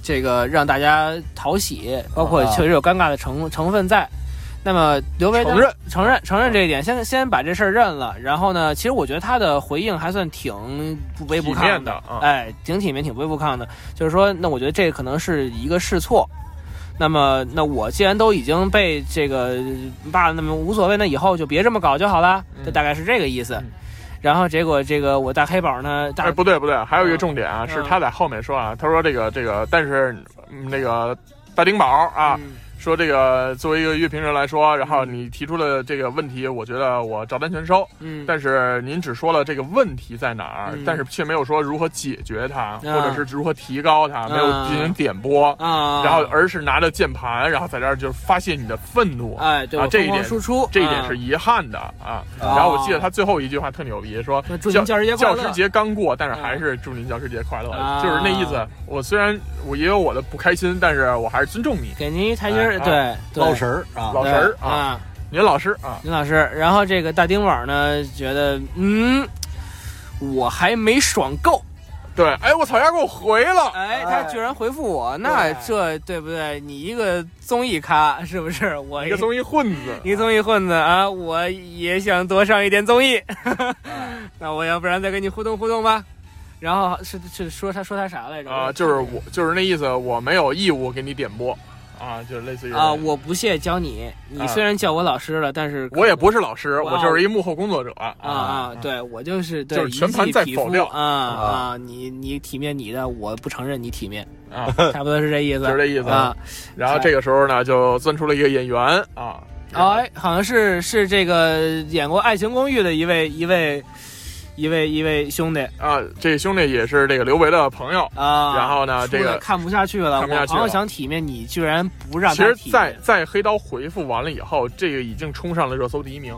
这个让大家讨喜，包括
啊
确实有尴尬的成成分在。那么刘维
承认
承认承认这一点，先先把这事儿认了。然后呢，其实我觉得他的回应还算挺不卑不
体面
亢
的啊
哎，挺体面、挺卑不亢的。就是说，那我觉得这可能是一个试错，那么，那我既然都已经被这个骂了，那么无所谓，那以后就别这么搞就好了，
嗯
这大概是这个意思。然后结果这个我大黑宝呢，大、
哎，不对不对，还有一个重点啊，
嗯
是他在后面说啊，他说这个这个，但是嗯那个大丁宝啊，
嗯
说这个作为一个乐评人来说，然后你提出了这个问题，我觉得我照单全收。
嗯，
但是您只说了这个问题在哪儿，
嗯
但是却没有说如何解决它，
嗯
或者是如何提高它，没有进行点播，
啊，
然后而是拿着键盘，然后在这儿就发泄你的愤怒。
哎，对，
啊
我
这一
疯狂
点
输出，
这一点
啊
是遗憾的啊，然后我记得他最后一句话特牛逼，说
那祝您教师节快乐
教师节刚过，但是还是祝您教师节快乐，
啊
就是那意思。我虽然我也有我的不开心，但是我还是尊重你，
给您一台阶
哎
儿，对，对
捞神儿啊，
老
对
神儿啊，
啊，
您老师啊，
林老师。然后这个大丁宝呢，觉得嗯，我还没爽够，
对，哎，我草鸭给我回了，
哎，他居然回复我，那这对不对？你一个综艺咖是不是？我
一个综艺混子，
一个综艺混子啊，我也想多上一点 综艺，
啊
那我要不然再跟你互动互动吧。然后是是说他说他啥来着？
啊，就是我就是那意思，我没有义务给你点播，啊，就是类似于
啊，我不屑教你，你
啊
虽然叫我老师了，但是
我也不是老师，
哇哦
我就是一幕后工作者
啊啊，对我就是对
就是全盘在否掉
一记匹夫啊啊！你你体面你的，我不承认你体面，
啊，
差不多是这意思，
就是这意思
啊。
然后这个时候呢，就钻出了一个演员啊，
哎，好像是是这个演过《爱情公寓》的一位一位一位一位兄弟
啊，这兄弟也是这个刘维的朋友。
啊。
然后呢，
出
这
了
个
看不下去了，
看不下去
我好
了
想体面，你居然不让
其
他
实
体面。
在，在黑刀回复完了以后，这个已经冲上了热搜第一名。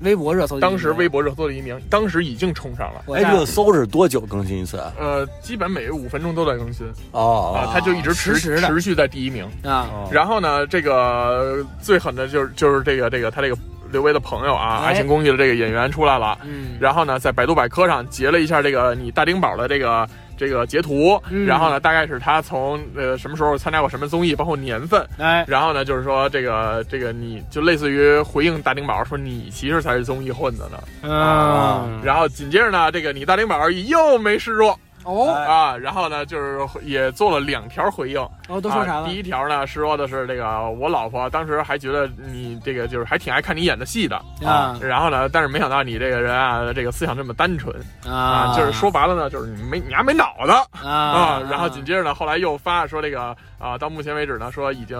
微博热搜，
当时微，博热搜第一名，当时已经冲上了。
我
哎，
在
这个搜是多久更新一次？啊
呃，基本每五分钟都在更新啊
哦，，
他就一直持
实时的
持续在第一名。
啊，
哦
然后呢，这个最狠的就是就是这个这个他这个刘维的朋友啊，
哎
爱情公寓》的这个演员出来了。
嗯，
然后呢，在百度百科上截了一下这个你大丁宝的这个这个截图，
嗯
然后呢，大概是他从呃什么时候参加过什么综艺，包括年份，
哎，
然后呢，就是说这个这个你就类似于回应大丁宝说你其实才是综艺混子呢。
嗯，
然后紧接着呢，这个你大丁宝又没示弱
哦
哎
啊，然后呢就是也做了两条回应，
哦，都说啥
啊
了
第？一条呢是说的是这个我老婆当时还觉得你这个就是还挺爱看你演的戏的，
啊
然后呢，但是没想到你这个人啊，这个思想这么单纯啊，就是说白了呢，就是你没你还没脑子啊
啊，。
然后紧接着呢，后来又发说这个啊，到目前为止呢，说已经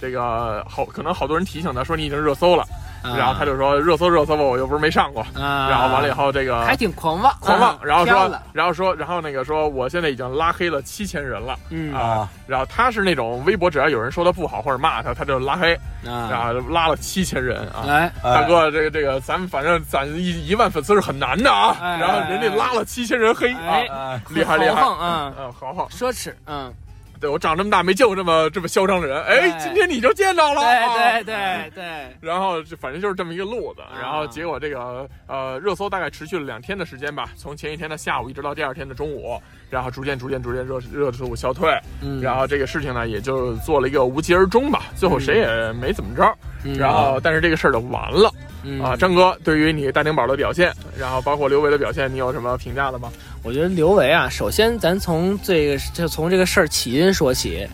这个好，可能好多人提醒他说你已经热搜了，然后他就说热搜热搜吧，我又不是没上过。
啊，
然后完了以后，这个
还挺狂妄，
狂妄
啊，
然后
飘
说
了，
然后说，然后那个说，我现在已经拉黑了七千人了。
嗯
啊，
然后他是那种微博，只要有人说他不好或者骂他，他就拉黑，然
啊，
后拉了七千人啊。
来，
哎
大，哥，这个这个，咱们反正攒一一万粉丝是很难的啊。
哎
然后人家拉了七千人黑啊
哎，
哎
厉害厉害
狂妄啊，
嗯，好好，
奢侈，嗯，
对我长这么大没见过这么这么嚣张的人，哎，
哎
今天你就见到了。
对对啊
啊
对对，
然后就反正就是这么一个路子，然后结果这个呃热搜大概持续了两天的时间吧，从前一天的下午一直到第二天的中午，然后逐渐逐渐逐渐热热度消退，
嗯
然后这个事情呢也就做了一个无疾而终吧，最后谁也没怎么着，
嗯
然后但是这个事儿就完了。
嗯
啊，张哥，对于你大丁宝的表现，然后包括刘维的表现，你有什么评价的吗？
我觉得刘维啊，首先咱从这个就从这个事儿起因说起，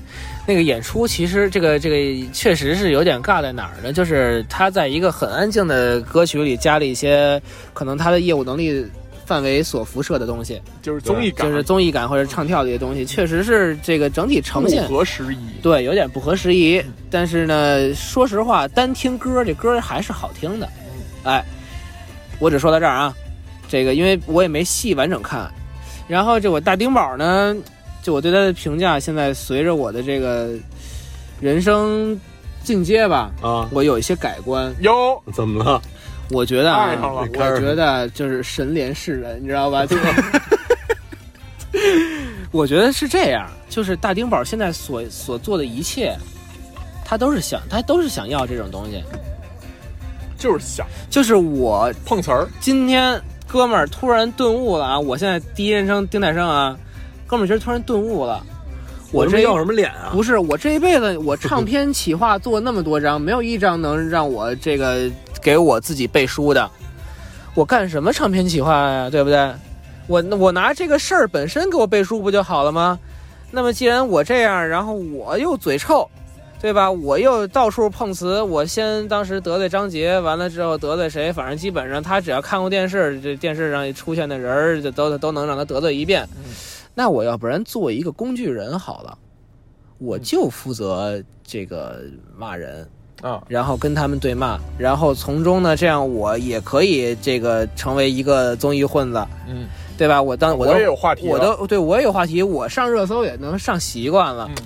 那个演出其实这个这个确实是有点尬在哪儿呢？就是他在一个很安静的歌曲里加了一些可能他的业务能力范围所辐射的东西，
就是综艺感
就是综艺感或者唱跳这些东西，确实是这个整体呈现
不合时宜。
对有点不合时宜。但是呢，说实话，单听歌这歌还是好听的。哎，我只说到这儿啊，这个因为我也没细完整看。然后这我大丁宝呢，就我对他的评价，现在随着我的这个人生进阶吧，
啊，
我有一些改观。
哟，
怎么了？
我觉得啊
爱上了，
开始
我觉得就是神怜世人，你知道吧？就是我觉得是这样，就是大丁宝现在所所做的一切，他都是想，他都是想要这种东西。
就是想
就是我
碰瓷儿，
今天哥们儿突然顿悟了啊！我现在第一人称丁太生啊，哥们儿今儿突然顿悟了，我
这
这
要什么脸啊？
不是我这一辈子，我唱片企划做那么多张，没有一张能让我这个给我自己背书的。我干什么唱片企划呀、对不对？我我拿这个事儿本身给我背书不就好了吗？那么既然我这样，然后我又嘴臭，对吧？我又到处碰瓷，我先当时得罪张杰，完了之后得罪谁，反正基本上他只要看过电视，这电视上出现的人儿，就都都能让他得罪一遍。那我要不然做一个工具人好了，我
嗯
就负责这个骂人，
啊，
然后跟他们对骂，然后从中呢，这样我也可以这个成为一个综艺混子，
嗯，
对吧？我当我都
我也有话题啊了
我都对我也有话题，我上热搜也能上习惯了，
嗯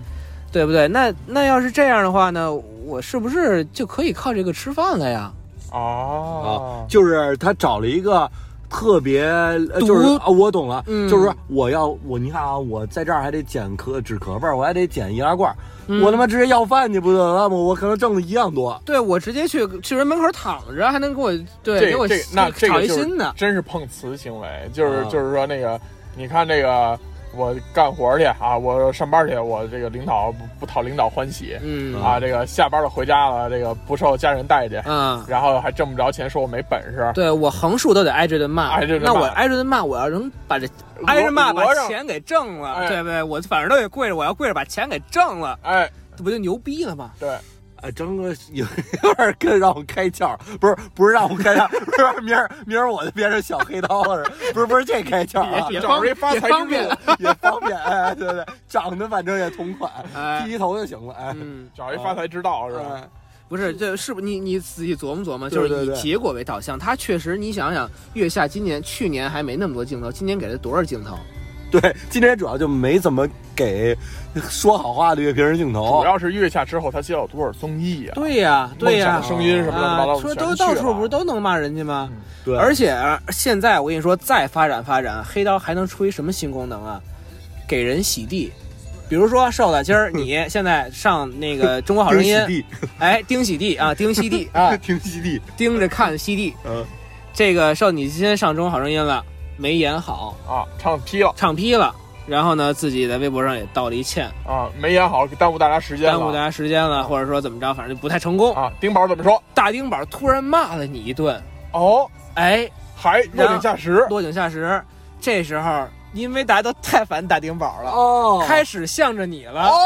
对不对？那那要是这样的话呢，我是不是就可以靠这个吃饭了呀？
哦，
就是他找了一个特别，呃
毒
就是啊，我懂了，
嗯
就是说我要我你看啊，我在这儿还得捡壳纸壳儿，我还得捡易拉罐儿，
嗯
我他妈直接要饭去不得了吗？我可能挣的一样多。
对我直接去去人门口躺着，还能给我
这
对给我
这那这
炒
个
一
就是
新的，
真是碰瓷行为，就是、
啊
就是说那个，你看这个我干活去啊，我上班去，我这个领导不不讨领导欢喜、
嗯
啊，这个下班了回家了，这个不受家人待见，
啊。
然后还挣不着钱，说我没本事，
对我横竖都得挨这顿骂，
挨这顿骂
那我挨这顿骂，我要能把这挨着骂把
讹上
钱给挣了，
哎
对不对？我反正都得跪着，我要跪着把钱给挣了，
哎，
这不就牛逼了吗？
对，
哎，张哥有 有点跟让我开窍，不是不是让我开窍，不是明儿 明儿我就变成小黑刀了，不是不是这开窍啊，
也
找
方
着一发财
也方
之
便
路，
也方便，哎，对对，长得反正也同款，
哎
剃一头就行了，哎，
嗯，
找一发财之道是吧？
哎
不是，这是不你你仔细琢磨琢磨，
对
就是
对
以
对
结果为导向，他确实，你想想，月下今年去年还没那么多镜头，今年给了多少镜头？
对，今天主要就没怎么给说好话的乐评人镜头，
主要是月下之后他接了多少综艺啊？
对呀、对呀、
梦想的声音什么乱七八糟，的全
啊说
去
都到处
了
不是都能骂人家吗？
对，
而且啊现在我跟你说，再发展发展，黑刀还能出一什么新功能啊？给人洗地，比如说瘦子，今儿你现在上那个《中国好声 音
丁》，喜
哎，盯洗地啊，盯洗地
地啊，
啊，
听西 地，
盯着看洗地。
嗯，
这个瘦，你今天上《中国好声音》了，没演好，
啊，唱劈了
唱劈了，然后呢，自己在微博上也道了一歉，
啊，没演好，耽误大家时间
耽误大
了
家时间了，或者说怎么着，反正就不太成功。
啊。丁宝怎么说？
大丁宝突然骂了你一顿，
哦，
哎，
还落井下石，
落井下石。这时候，因为大家都太烦大丁宝了，
哦
开始向着你了。
哎呦，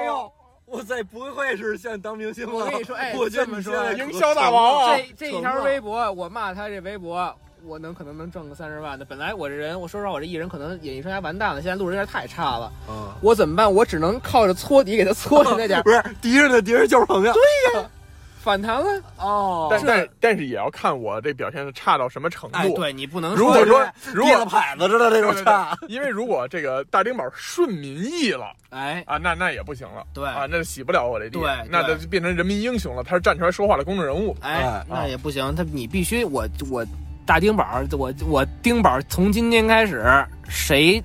哎呦，我再不会是现在当明星了。
我跟你说哎
我觉
这
得
么
你
说
现在
营销大王啊
这这一条微博，我骂他这微博，我能可能能挣个三十万的。本来我这人，我说实话，我这艺人可能演艺生涯完蛋了，现在路人缘太差了，
嗯
啊，
我怎么办？我只能靠着搓底给他搓出 那点儿
不是敌人的敌人就是朋友。对
反弹了。
哦
但
这
但但是也要看我这表现差到什么程度。
哎，对你不能
如果说如
如了
果
牌子似的那
对
种
对
差，
对，因为如果这个大丁宝顺民意了
哎，
啊，那那也不行了。
对
啊，那洗不了我这地，
哎对
那
对
就变成人民英雄了。他是站出来说话的公众人物。
哎
哎，
那也不行，他你必须我我大丁宝儿，我我丁宝儿从今天开始，谁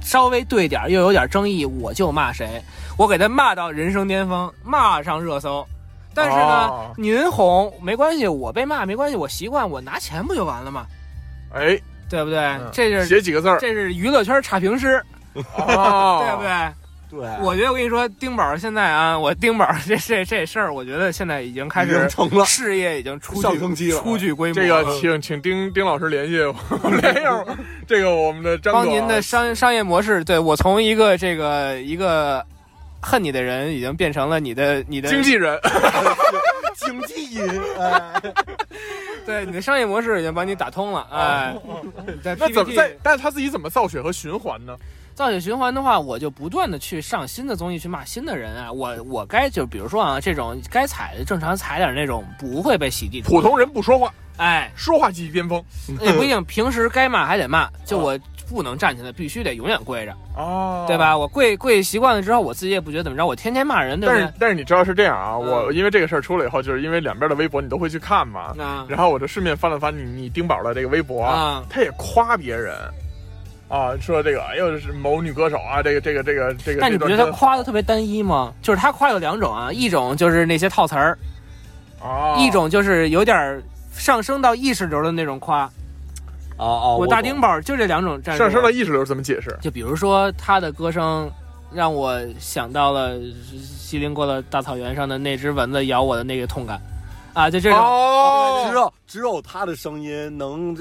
稍微对点儿又有点争议，我就骂谁，我给他骂到人生巅峰，骂上热搜。但是呢，
哦
您红没关系，我被骂没关系，我习惯，我拿钱不就完了吗？
哎，
对不对？
嗯
这是
写几个字儿，
这是娱乐圈差评师，
哦
对不对？
对，
我觉得我跟你说，丁宝儿现在啊，我丁宝儿这这这事儿，我觉得现在已经开
已经
始
成 了。
事业已经初
上升期
具
了
初具规模。
这个请请丁丁老师联系我 们联 系这个我们的张
帮
总
您的商商业模式，对我从一个这个一个恨你的人，已经变成了你的你的
经，纪人，
经济银，哎，
对你的商业模式已经帮你打通了。哎，
哦
在
那怎么
PPT
在？但是他自己怎么造血和循环呢？
造血循环的话，我就不断的去上新的综艺去骂新的人啊。我我该就比如说啊，这种该踩的正常踩点那种不会被洗地出
普通人不说话，
哎，
说话即巅峰
也不一定，平时该骂还得骂，就我不能站起来，必须得永远跪着，
哦
对？吧？我跪跪习惯了之后，我自己也不觉得怎么着，我天天骂人，对不
但
对
是？但是你知道是这样啊，
嗯
我因为这个事儿出来以后，就是因为两边的微博你都会去看嘛，
啊
然后我就顺便翻了翻你你丁宝的这个微博，
啊
他也夸别人。啊，说这个，哎呦，是某女歌手啊，这个，这个，这个，这个。
那你
这
不
段
觉得他
真
夸的特别单一吗？就是他夸有两种啊，一种就是那些套词儿，
啊，
一种就是有点儿上升到意识流的那种夸。
哦哦，
我大丁
宝，
宝儿就这两种战术。
上升到意识流怎么解释？
就比如说他的歌声，让我想到了西林过了大草原上的那只蚊子咬我的那个痛感，啊，就这种。
只
哦，
有只有他的声音能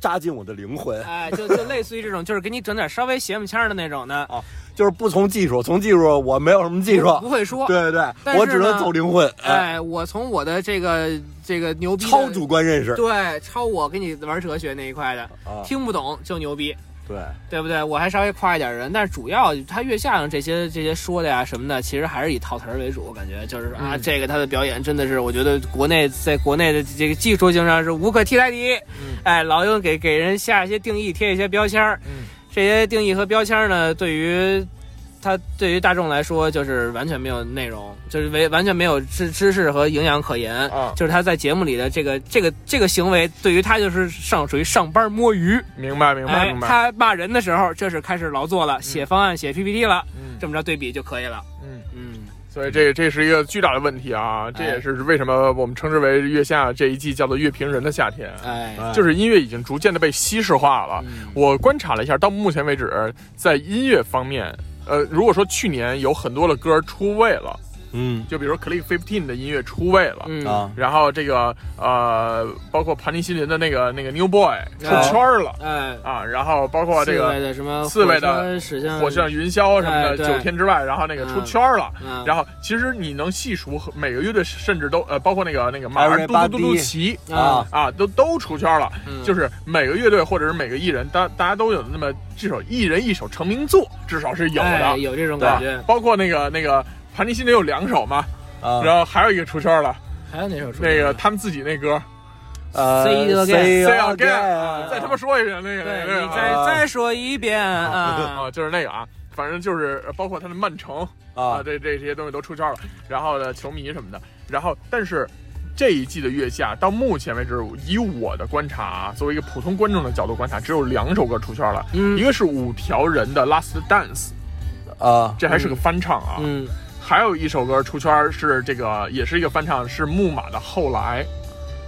扎进我的灵魂。
哎，就就类似于这种，就是给你整点稍微邪不腔儿的那种的，
就是不从技术，从技术我没有什么技术，
不会说。
对对
但
对，
是
我只能
呢
走灵混，哎，
哎，我从我的这个这个牛逼的
超主观认识，
对超我给你玩哲学那一块的，
啊，
听不懂就牛逼，
对，
对不对？我还稍微夸一点人，但是主要他月下上这些这些说的呀什么的，其实还是以套词儿为主。我感觉就是啊，
嗯
这个他的表演真的是，我觉得国内在国内的这个技术性上是无可替代的。
嗯
哎，老用给给人下一些定义，贴一些标签儿。
嗯
这些定义和标签儿呢，对于他对于大众来说，就是完全没有内容，就是为完全没有知知识和营养可言。
啊，
就是他在节目里的这个这个这个行为，对于他就是上属于上班摸鱼。
明白明白
哎
明，白，
他骂人的时候，这是开始劳作了，写方案、写 PPT 了，
嗯
这么着对比就可以了。
嗯。
嗯，
所以这这是一个巨大的问题啊，这
哎
也是为什么我们称之为月下这一季叫做乐评人的夏天，
哎，
哎
就是音乐已经逐渐的被西式化了。
嗯
我观察了一下，到目前为止，在音乐方面，呃，如果说去年有很多的歌出位了，
嗯
就比如说 Click Fifteen 的音乐出位了。
嗯
啊，
然后这个呃，包括盘尼西林的那个那个 New Boy
啊
出圈儿了
哎，
啊，然后包括这
四位
个
的什么
刺猬的
驶向
火象云霄什么
哎
的，
对
九天之外，然后那个出
嗯
圈儿了，
嗯，
然后其实你能细数每个乐队，甚至都呃，包括那个那个马
还有
儿
那
嘟
巴
嘟嘟嘟
迪
齐
啊
啊，
啊，都都出圈了。
嗯
就是每个乐队或者是每个艺人，大大家都有那么至少一人一首成名作，至少是有
哎
的。
有这种
对吧
感觉。
包括那个那个盘尼西林有两首嘛，
啊，
然后还有一个出圈了，
还有哪首出名
那
的
个他们自己那歌
呃
Say it again
《
Say it
Say Again》
again，
啊，再他妈说一遍那个
对
那个
你
啊
再
啊
再说一遍啊
啊，就是那个啊，反正就是包括他的曼城。啊，
啊，
这这这些东西都出圈了，然后呢，球迷什么的，然后但是这一季的月下到目前为止，以我的观察啊，作为一个普通观众的角度观察，只有两首歌出圈了，
嗯
一个是五条人的《Last Dance》，
啊，
这还是个翻唱啊，
嗯
还有一首歌出圈是这个，也是一个翻唱，是木马的《后来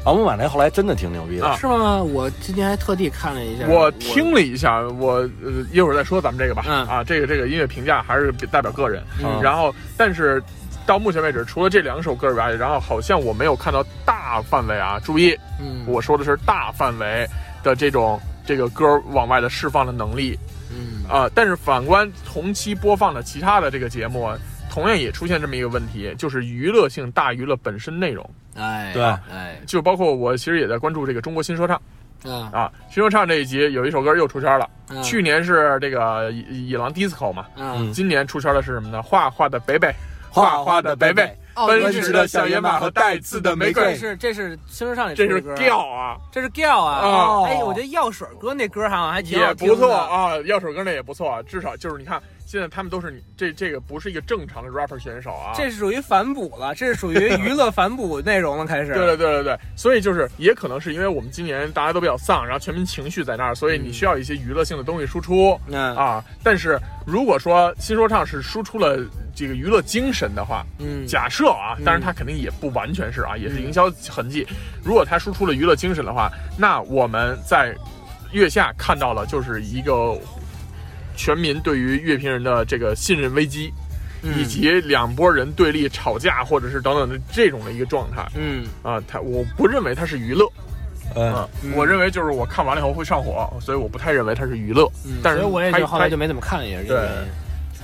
阿木马那后来真的挺牛逼的
啊
是吗？我今天还特地看了一下，》，
我听了一下，我呃一会儿再说咱们这个吧，
嗯
啊，这个这个音乐评价还是代表个人，
嗯
然后，但是到目前为止，除了这两首歌以外，然后好像我没有看到大范围啊，注意，
嗯
我说的是大范围的这种这个歌往外的释放的能力
嗯
啊、但是反观同期播放的其他的这个节目啊，同样也出现这么一个问题，就是娱乐性大于了本身内容。
哎
对
哎
就包括我其实也在关注这个中国新说唱
啊
啊，新说唱这一集有一首歌又出圈了，
啊
去年是这个野野狼 disco 嘛，
啊
嗯
今年出圈的是什么呢？画画的北北。
画
画
画
的
的
北
北
北
北，
哦
奔
这
驰
是
的小野马和带刺的玫
这
瑰，
是这是新说唱里
这
出
是
的歌啊
调啊，
这是 Giao 啊！
哦
哎，我觉得药水哥那歌好像还挺
也
好听的
不错。啊，药水哥那也不错啊，至少就是你看，现在他们都是你这这个不是一个正常的 rapper 选手啊，
这是属于反哺了，这是属于娱乐反哺内容了，开 始。
对对对对对，所以就是也可能是因为我们今年大家都比较丧，然后全民情绪在那儿，所以你需要一些娱乐性的东西输出。
嗯
啊，但是如果说新说唱是输出了这个娱乐精神的话，
嗯，
假设啊，当然它肯定也不完全是啊，也是营销痕迹。如果它输出了娱乐精神的话，那我们在月下看到了就是一个全民对于乐评人的这个信任危机，
嗯
以及两拨人对立、吵架或者是等等的这种的一个状态
嗯
啊。它我不认为它是娱乐
嗯
啊，我认为就是我看完了以后会上火，所以我不太认为它是娱乐。
嗯，
但是
所以我也
拍
就后来
拍
就没怎么看，也是因
对
为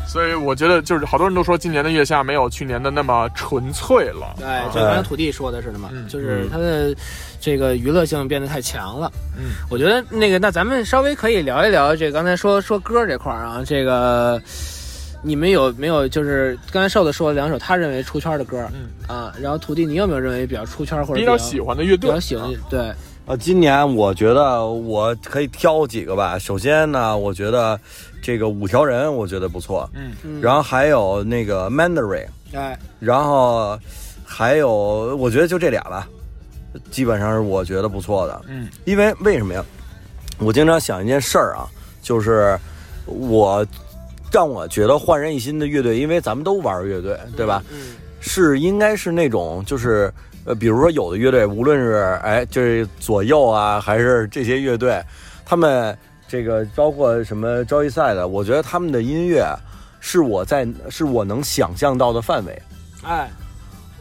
所以我觉得就是好多人都说今年的月下没有去年的那么纯粹了。啊
哎，就
对
刚才土地说的似的嘛，
嗯
就是它的这个娱乐性变得太强了。
嗯，
我觉得那个，那咱们稍微可以聊一聊这个刚才说说歌这块儿啊，这个你们有没有就是刚才瘦子说了两首他认为出圈的歌，
嗯
啊，然后土地你有没有认为比较出圈或者
比较喜欢的乐
比
队
较喜欢？对，
呃，今年我觉得我可以挑几个吧。首先呢，我觉得这个五条人我觉得不错，
嗯
嗯
然后还有那个 Mandarin，
哎，
然后还有我觉得就这俩吧，基本上是我觉得不错的。
嗯
因为为什么呀？我经常想一件事儿啊，就是我让我觉得焕然一新的乐队，因为咱们都玩乐队，对吧？
嗯
是应该是那种就是呃，比如说有的乐队，无论是哎就是左右啊，还是这些乐队，他们这个包括什么交易赛的，我觉得他们的音乐是我在是我能想象到的范围。
哎，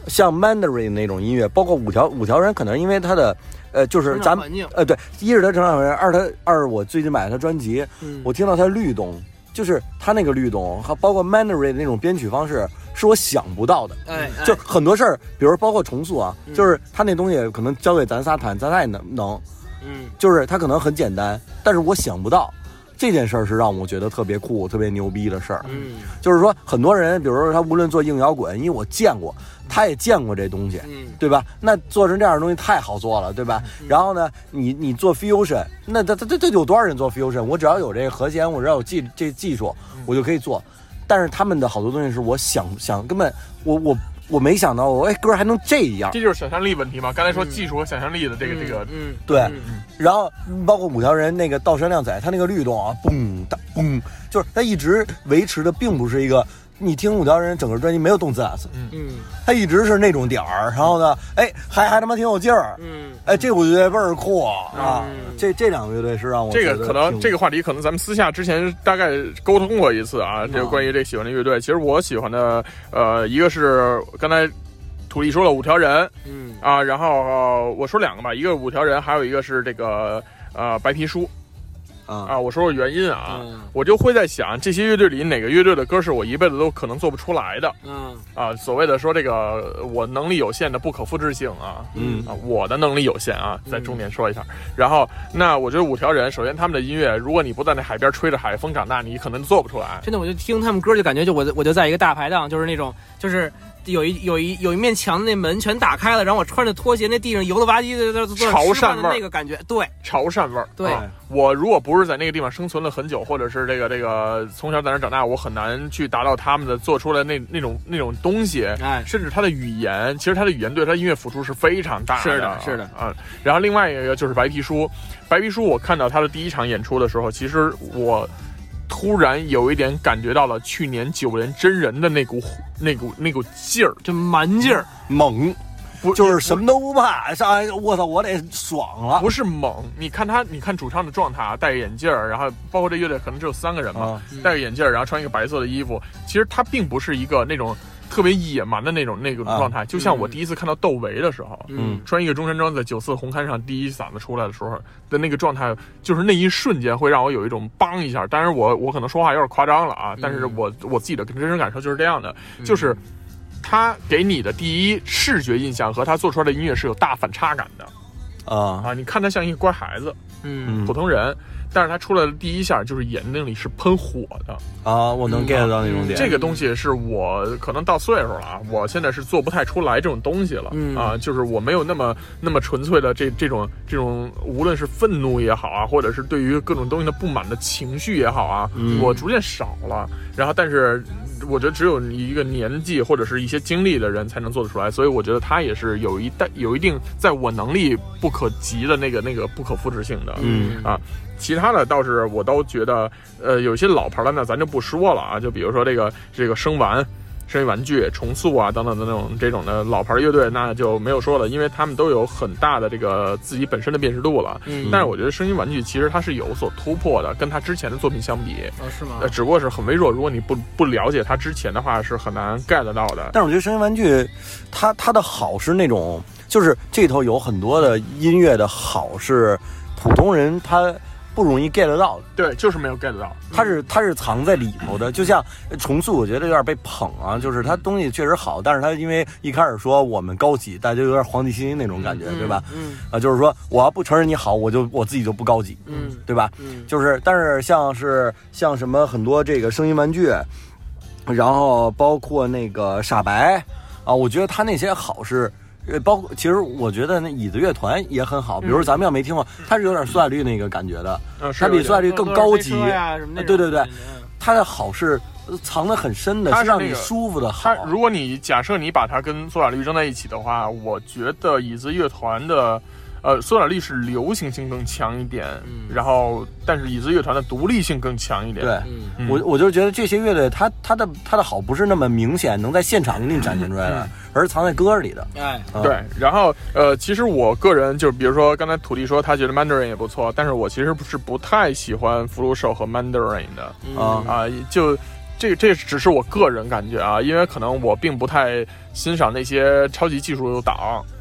像 Mandarin 那种音乐，包括五条五条人，可能因为他的呃，就是
成长
咱们
环境，
呃，对，一是他成长环境，二他二我最近买了他专辑，
嗯
我听到他律动，就是他那个律动和包括 Mandarin 那种编曲方式，是我想不到的。
哎，哎
就很多事儿，比如包括重塑啊，
嗯
就是他那东西可能交给咱仨弹，咱仨也能能，
嗯
就是他可能很简单，但是我想不到。这件事儿是让我觉得特别酷、特别牛逼的事儿，
嗯
就是说很多人，比如说他无论做硬摇滚，因为我见过，他也见过这东西，
嗯
对吧？那做成这样的东西太好做了，对吧？然后呢，你你做 fusion，那这这这这有多少人做 fusion？我只要有这个和弦，我只要有技这技术，我就可以做。但是他们的好多东西是我想想根本我我我没想到，我哎歌还能这样。
这就是想象力问题嘛。刚才说
嗯
技术和想象力的这个这个，
嗯
对，
嗯
然后包括五条人那个道山靓仔，他那个律动啊，嘣哒嘣，就是他一直维持的并不是一个，你听五条人整个专辑没有动次打次，
嗯
他一直是那种点儿，然后呢，哎还还他妈挺有劲儿，
嗯
哎，这我觉得倍儿酷啊！
嗯
这这两个乐队是让我
这个
觉得
可能
挺
这个话题可能咱们私下之前大概沟通过一次啊，这个关于这喜欢的乐队。其实我喜欢的呃，一个是刚才土力说了五条人
嗯
啊，然后、呃我说两个吧，一个五条人，还有一个是这个呃白皮书
啊
啊。我说说原因啊。
嗯
我就会在想，这些乐队里哪个乐队的歌是我一辈子都可能做不出来的
嗯
啊？所谓的说这个呃我能力有限的不可复制性啊，
嗯
啊，我的能力有限啊，再
嗯
重点说一下。然后，那我觉得五条人，首先他们的音乐，如果你不在那海边吹着海风长大，你可能做不出来。
真的，我就听他们歌，就感觉就我我就在一个大排档，就是那种就是。有一有一有一面墙，那门全打开了，然后我穿着拖鞋，那地上油了吧唧的，在在
潮
吃饭
汕
的
味儿
那个感觉，对，
潮汕味儿，
对
啊我如果不是在那个地方生存了很久，或者是这个这个从小在那儿长大，我很难去达到他们的做出来那那种那种东西。
哎，
甚至他的语言，其实他的语言对他音乐付出是非常大
是
的
的，是的
啊。然后另外一个就是白皮书，白皮书我看到他的第一场演出的时候，其实我突然有一点感觉到了去年九连真人的那股那股那股劲儿，
就蛮劲儿，
猛，
不
就是什么都不怕，上来我操，我得爽了
不是猛，你看他，你看主唱的状态啊，戴着眼镜儿，然后包括这乐队可能只有三个人嘛，
啊！
戴着眼镜儿，然后穿一个白色的衣服，其实他并不是一个那种特别野蛮的那种那种
啊
状态，就像我
嗯
第一次看到窦唯的时候，
嗯
穿一个中山装在九四红磡上第一嗓子出来的时候的那个状态，就是那一瞬间会让我有一种梆一下。当然我我可能说话有点夸张了啊，但是我我自己的真实感受就是这样的，就是他给你的第一视觉印象和他做出来的音乐是有大反差感的
啊，
啊。你看他像一个乖孩子、
嗯
嗯
普通人，但是他出来的第一下就是眼睛里是喷火的，
啊，我能 get 到那种
嗯
点。
这个东西是我可能到岁数了啊，我现在是做不太出来这种东西了、
嗯
啊，就是我没有那么那么纯粹的这这种这种，无论是愤怒也好啊，或者是对于各种东西的不满的情绪也好啊，
嗯
我逐渐少了。然后，但是我觉得只有你一个年纪或者是一些经历的人才能做得出来，所以我觉得他也是有一代有一定在我能力不可及的那个那个不可复制性的。
嗯
啊其他的倒是我都觉得，呃，有些老牌的那咱就不说了啊，就比如说这个这个生玩。生意玩具、重塑啊等等等等这种的老牌乐队，那就没有说了，因为他们都有很大的这个自己本身的辨识度了。
嗯
但是我觉得声音玩具其实它是有所突破的，跟他之前的作品相比，
哦是吗
呃，？只不过是很微弱。如果你不不了解他之前的话，是很难 get 到的。
但是我觉得声音玩具，它它的好是那种，就是这里头有很多的音乐的好是普通人他不容易 get 到的，
对，就是没有 get 到。
它是它是藏在里头
嗯
的。就像呃重塑，我觉得有点被捧啊，就是它东西确实好，但是它因为一开始说我们高级，大家有点皇帝心那种感觉，对吧？
嗯
啊，就是说我要不承认你好，我就我自己就不高级，
嗯
对吧？
嗯，
就是，但是像是像什么很多这个声音玩具，然后包括那个傻白啊，我觉得他那些好是。呃，包括其实我觉得那椅子乐团也很好，
嗯
比如咱们要没听过，它是有点苏打绿那个感觉的，
嗯，
它比苏打绿更高级。啊
呀什么那种
对对对
感觉
它的好是呃藏得很深的，
它
是
是
让你
那个
舒服的好
他。如果你假设你把它跟苏打绿扔在一起的话，我觉得椅子乐团的，呃，苏打绿是流行性更强一点，
嗯
然后但是椅子乐团的独立性更强一点。
对，
嗯
嗯
我我就觉得这些乐队，它它的它的好不是那么明显，能在现场给你展现出来的，而是藏在歌里的。
哎
啊
对，然后呃，其实我个人就是，比如说刚才土地说他觉得 Mandarin 也不错，但是我其实不是不太喜欢福禄寿和 Mandarin 的
啊
啊、就这这只是我个人感觉啊，因为可能我并不太欣赏那些超级技术党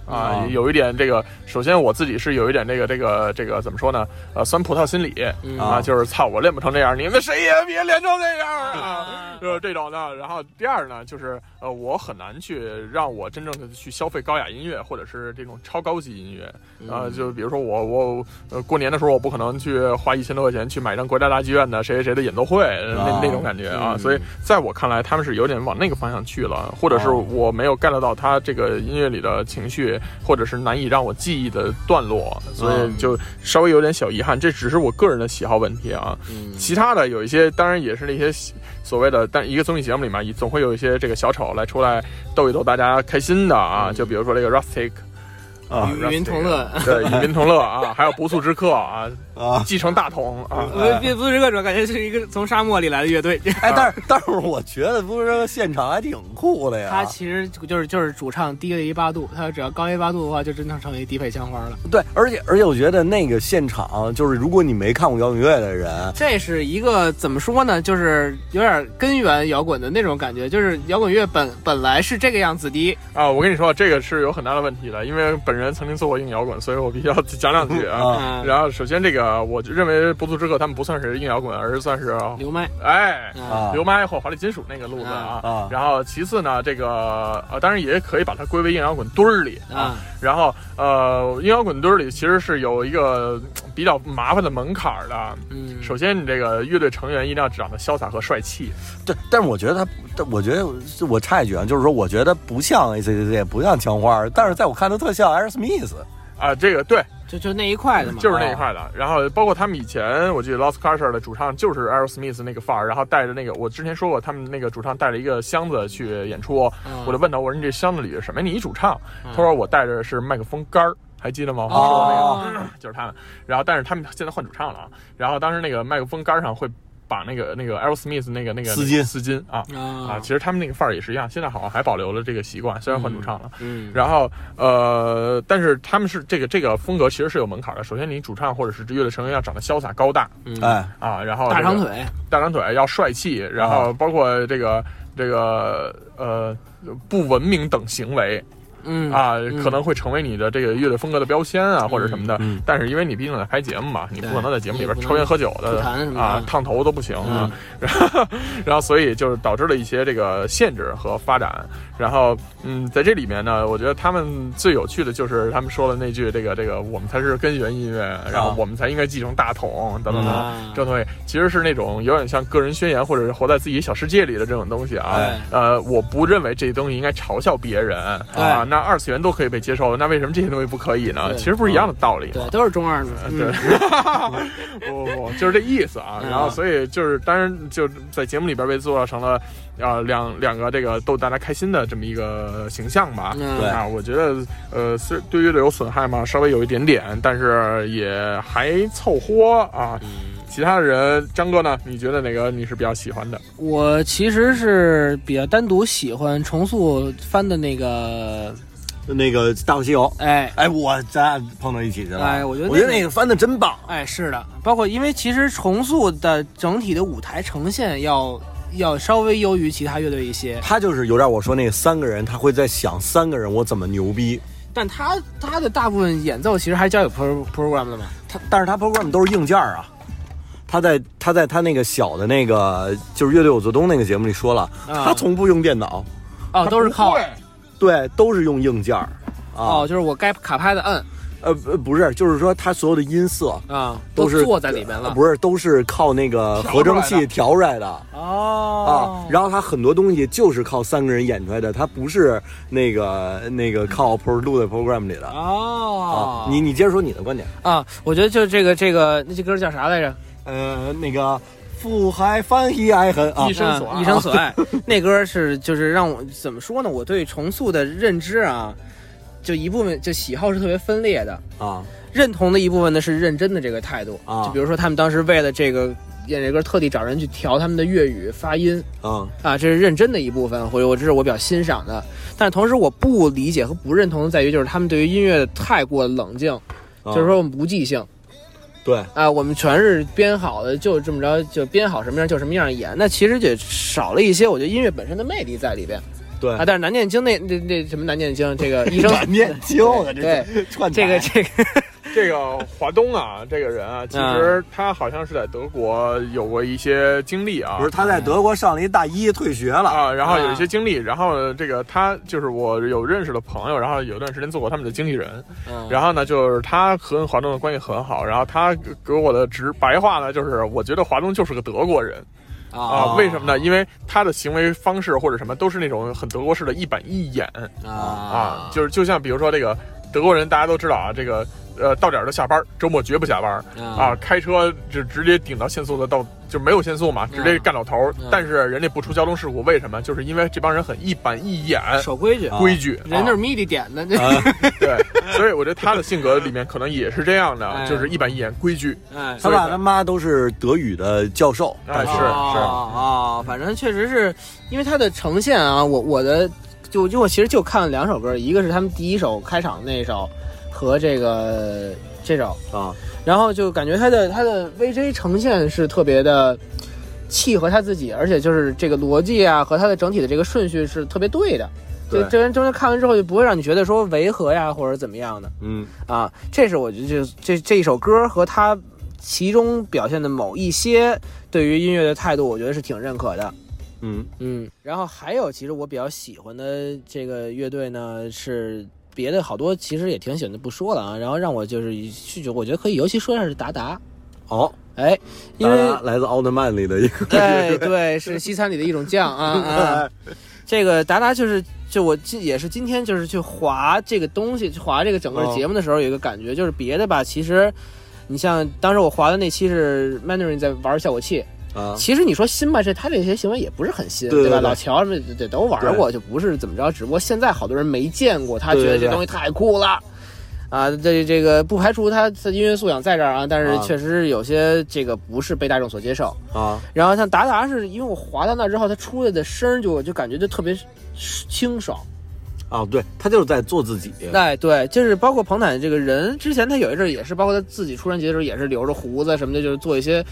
啊
啊，
有一点这个。首先我自己是有一点这个这个这个怎么说呢？呃，酸葡萄心理
嗯
啊，就是操，我练不成这样，你们谁也别练成这样啊， 就是这种的。然后第二呢，就是呃，我很难去让我真正的去消费高雅音乐或者是这种超高级音乐
嗯
啊，就比如说我我呃过年的时候，我不可能去花一千多块钱去买一张国家大剧院的谁谁谁的演奏会呃那
啊
那种感觉啊，
嗯
所以在我看来，他们是有点往那个方向去了，或者是
哦
我没有 get 到他这个音乐里的情绪，或者是难以让我记忆的段落，所以
嗯
就稍微有点小遗憾。这只是我个人的喜好问题啊，
嗯
其他的有一些当然也是那些喜所谓的，但一个综艺节目里面总会有一些这个小丑来出来逗一逗大家开心的
嗯
啊，就比如说这个 Rustic。啊，
与民同乐
Rustic，对， 与民同乐啊，还有不速之客啊，
啊，
继承大同啊，
我不不是各种感觉是一个从沙漠里来的乐队。
哎，但是但是我觉得不是现场还挺酷的呀。
他其实就是就是主唱低了一八度，他只要高一八度的话，就真的成为低配枪花了。
对，而且而且我觉得那个现场，就是如果你没看过摇滚乐的人，
这是一个怎么说呢？就是有点根源摇滚的那种感觉，就是摇滚乐本本来是这个样子的。
啊，我跟你说，这个是有很大的问题的，因为本人曾经做过硬摇滚，所以我必须要讲两句啊。
嗯，
然后，首先这个，我就认为不速之客他们不算是硬摇滚，而是算是
刘麦
哎
啊，
啊
流麦或华丽金属那个路子啊。
啊
然后，其次呢，这个呃，当然也可以把它归为硬摇滚堆儿里
啊。
然后，呃，硬摇滚堆儿里其实是有一个呃比较麻烦的门槛儿的。
嗯，
首先，你这个乐队成员一定要长得潇洒和帅气。
对，但是我觉得他，但我觉得我插一句啊，就是说，我觉得不像 A C C C，不像枪花，但是在我看来特像 Air Smith
啊，这个对，
就就那一块的嘛，哦
就是那一块的。然后包括他们以前，我记得 Lost Culture 的主唱就是 Aerosmith 那个范儿，然后带着那个，我之前说过，他们那个主唱带着一个箱子去演出，
嗯
我就问他，我说你这箱子里是什么？哎你一主唱，他说我带着是麦克风杆儿。还记得吗？我说过那个嗯
哦
就是他们。然后，但是他们现在换主唱了啊。然后当时那个麦克风杆儿上会把那个那个 Aerosmith 那个那个
丝巾
丝巾啊啊，
啊
其，实他们那个范儿也是一样。现在好像还保留了这个习惯，虽然换主唱了。
嗯，
然后呃，但是他们是这个这个风格其实是有门槛的。首先，你主唱或者是乐队成员要长得潇洒高大
嗯
哎，
啊，然后、
大长，腿，
大长腿要帅气，然后包括这个这个呃不文明等行为
嗯
啊，可能会成为你的这个乐队风格的标签啊，或者什么的。
嗯
但是因为你毕竟在拍节目嘛，你不可能在节目里边
对
抽烟喝酒
不
的
谈什么的嗯
啊，烫头都不行啊。然后， 然后所以就是导致了一些这个限制和发展。然后，嗯，在这里面呢，我觉得他们最有趣的就是他们说了那句这个这个我们才是根源音乐，然后我们才应该继承大统等等等等。
啊
这东西其实是那种有点像个人宣言，或者是活在自己小世界里的这种东西啊
哎。
呃，我不认为这些东西应该嘲笑别人
对
啊。那二次元都可以被接受，那为什么这些东西不可以呢？
对啊
其实不是一样的道理吗
对，都是中二的，嗯
啊对， 不不不，就是这意思啊。
嗯
然后，所以就是，当然就在节目里边被塑造成了，啊，两两个这个逗大家开心的这么一个形象吧。
嗯
对
啊，我觉得，呃，虽对乐队有损害嘛，稍微有一点点，但是也还凑合啊。
嗯
其他的人，张哥呢？你觉得哪个你是比较喜欢的？
我其实是比较单独喜欢重塑翻的那个，
那个《大话西游》。
哎
哎，我咱俩碰到一起去了。
哎我觉得
我觉得
那个
那个翻的真棒。
哎，是的，包括因为其实重塑的整体的舞台呈现要要稍微优于其他乐队一些，
他就是有点我说那三个人，他会在想三个人我怎么牛逼。
但他他的大部分演奏其实还交给 pro program 的嘛，
他但是他 program 都是硬件儿啊。他在他在他那个小的那个就是乐队有做东那个节目里说了，
啊
他从不用电脑，
哦，都是靠
啊对，都是用硬件儿。啊
哦，，就是我该卡拍的摁
呃，不不是，就是说他所有的音色
啊，
都是
坐在里面了，
不是，都是靠那个合成器调出来的
哦
啊。然后他很多东西就是靠三个人演出来的，他不是那个那个靠 pro 录在 program 里的
哦
啊。你你接着说你的观点。
啊，我觉得就这个这个那这歌叫啥来着？
呃，那个富海翻译爱恨啊
一生所爱
嗯一生所爱。 那歌是就是让我怎么说呢？我对重塑的认知啊，就一部分就喜好是特别分裂的。
啊
认同的一部分呢是认真的这个态度
啊
就比如说他们当时为了这个演这歌，特地找人去调他们的粤语发音
嗯
啊，这是认真的一部分，或者我这是我比较欣赏的。但是同时我不理解和不认同的在于，就是他们对于音乐的太过冷静，
啊
就是说我们不即兴
对
啊，我们全是编好的，就这么着就编好什么样就什么样演，那其实也少了一些我觉得音乐本身的魅力在里边。
对
啊，但是难念经那那那什么难念经，这个医生
难念经，我这
对
串
这个
台
这个
这个华东啊，这个人啊，其实他好像是在德国有过一些经历啊，
不是他在德国上了一大一，退学了，
啊，然后有一些经历，然后这个他就是我有认识的朋友，然后有一段时间做过他们的经纪人，
嗯
然后呢，就是他和华东的关系很好，然后他给我的直白话呢，就是我觉得华东就是个德国人啊，为什么呢？因为他的行为方式或者什么都是那种很德国式的一板一眼啊，就是就像比如说这个德国人，大家都知道啊，这个呃到点儿就下班儿，周末绝不下班儿
嗯
啊，开车就直接顶到限速的到就没有限速嘛，直接干到头儿
嗯。
但是人家不出交通事故，为什么？就是因为这帮人很一板一眼，
守规矩，
规矩，
人就是
啊
谜底点的，这
对，所以我觉得他的性格里面可能也是这样
哎
的，就是一板一眼，规矩。
哎
他爸他妈都是德语的教授，
啊
大学
是
啊、哦反正确实是因为他的呈现啊，我我的就就我其实就看了两首歌，一个是他们第一首开场那首和这个这首，
啊，
然后就感觉他的他的呃 VJ 呈现是特别的契合他自己，而且就是这个逻辑啊和他的整体的这个顺序是特别对的。就
对
这人中间看完之后，就不会让你觉得说违和呀或者怎么样的。
嗯，
啊，这是我觉得这这这一首歌和他其中表现的某一些对于音乐的态度，我觉得是挺认可的。
嗯，
嗯，然后还有其实我比较喜欢的这个乐队呢是。别的好多其实也挺喜欢的，不说了啊。然后让我就是去，我觉得可以，尤其说一下是达达，
好，
哎，因为
达达哦来自奥特曼里的一 个，
对哎对，是西餐里的一种酱啊 啊。这个达达就是，就我今也是今天就是去划这个东西，去划这个整个节目的时候，有一个感觉，就是别的吧，其实你像当时我划的那期是 Mandarin 在玩效果器，
啊，
其实你说新吧，这他这些行为也不是很新，
对对
吧？
对
老乔这这都玩过，就不是怎么着，只不过现在好多人没见过，他觉得
对对
这
对
东西太酷了。啊，这这个不排除他的音乐素养在这儿啊，但是
啊
确实有些这个不是被大众所接受。
啊，
然后像达达是因为我滑到那之后，它出来的声儿就我就感觉就特别清爽。
啊，对他就是在做自己，
哎，对，就是包括彭坦这个人，之前他有一阵儿也是，包括他自己出专辑的时候也是留着胡子什么的，就是做一些，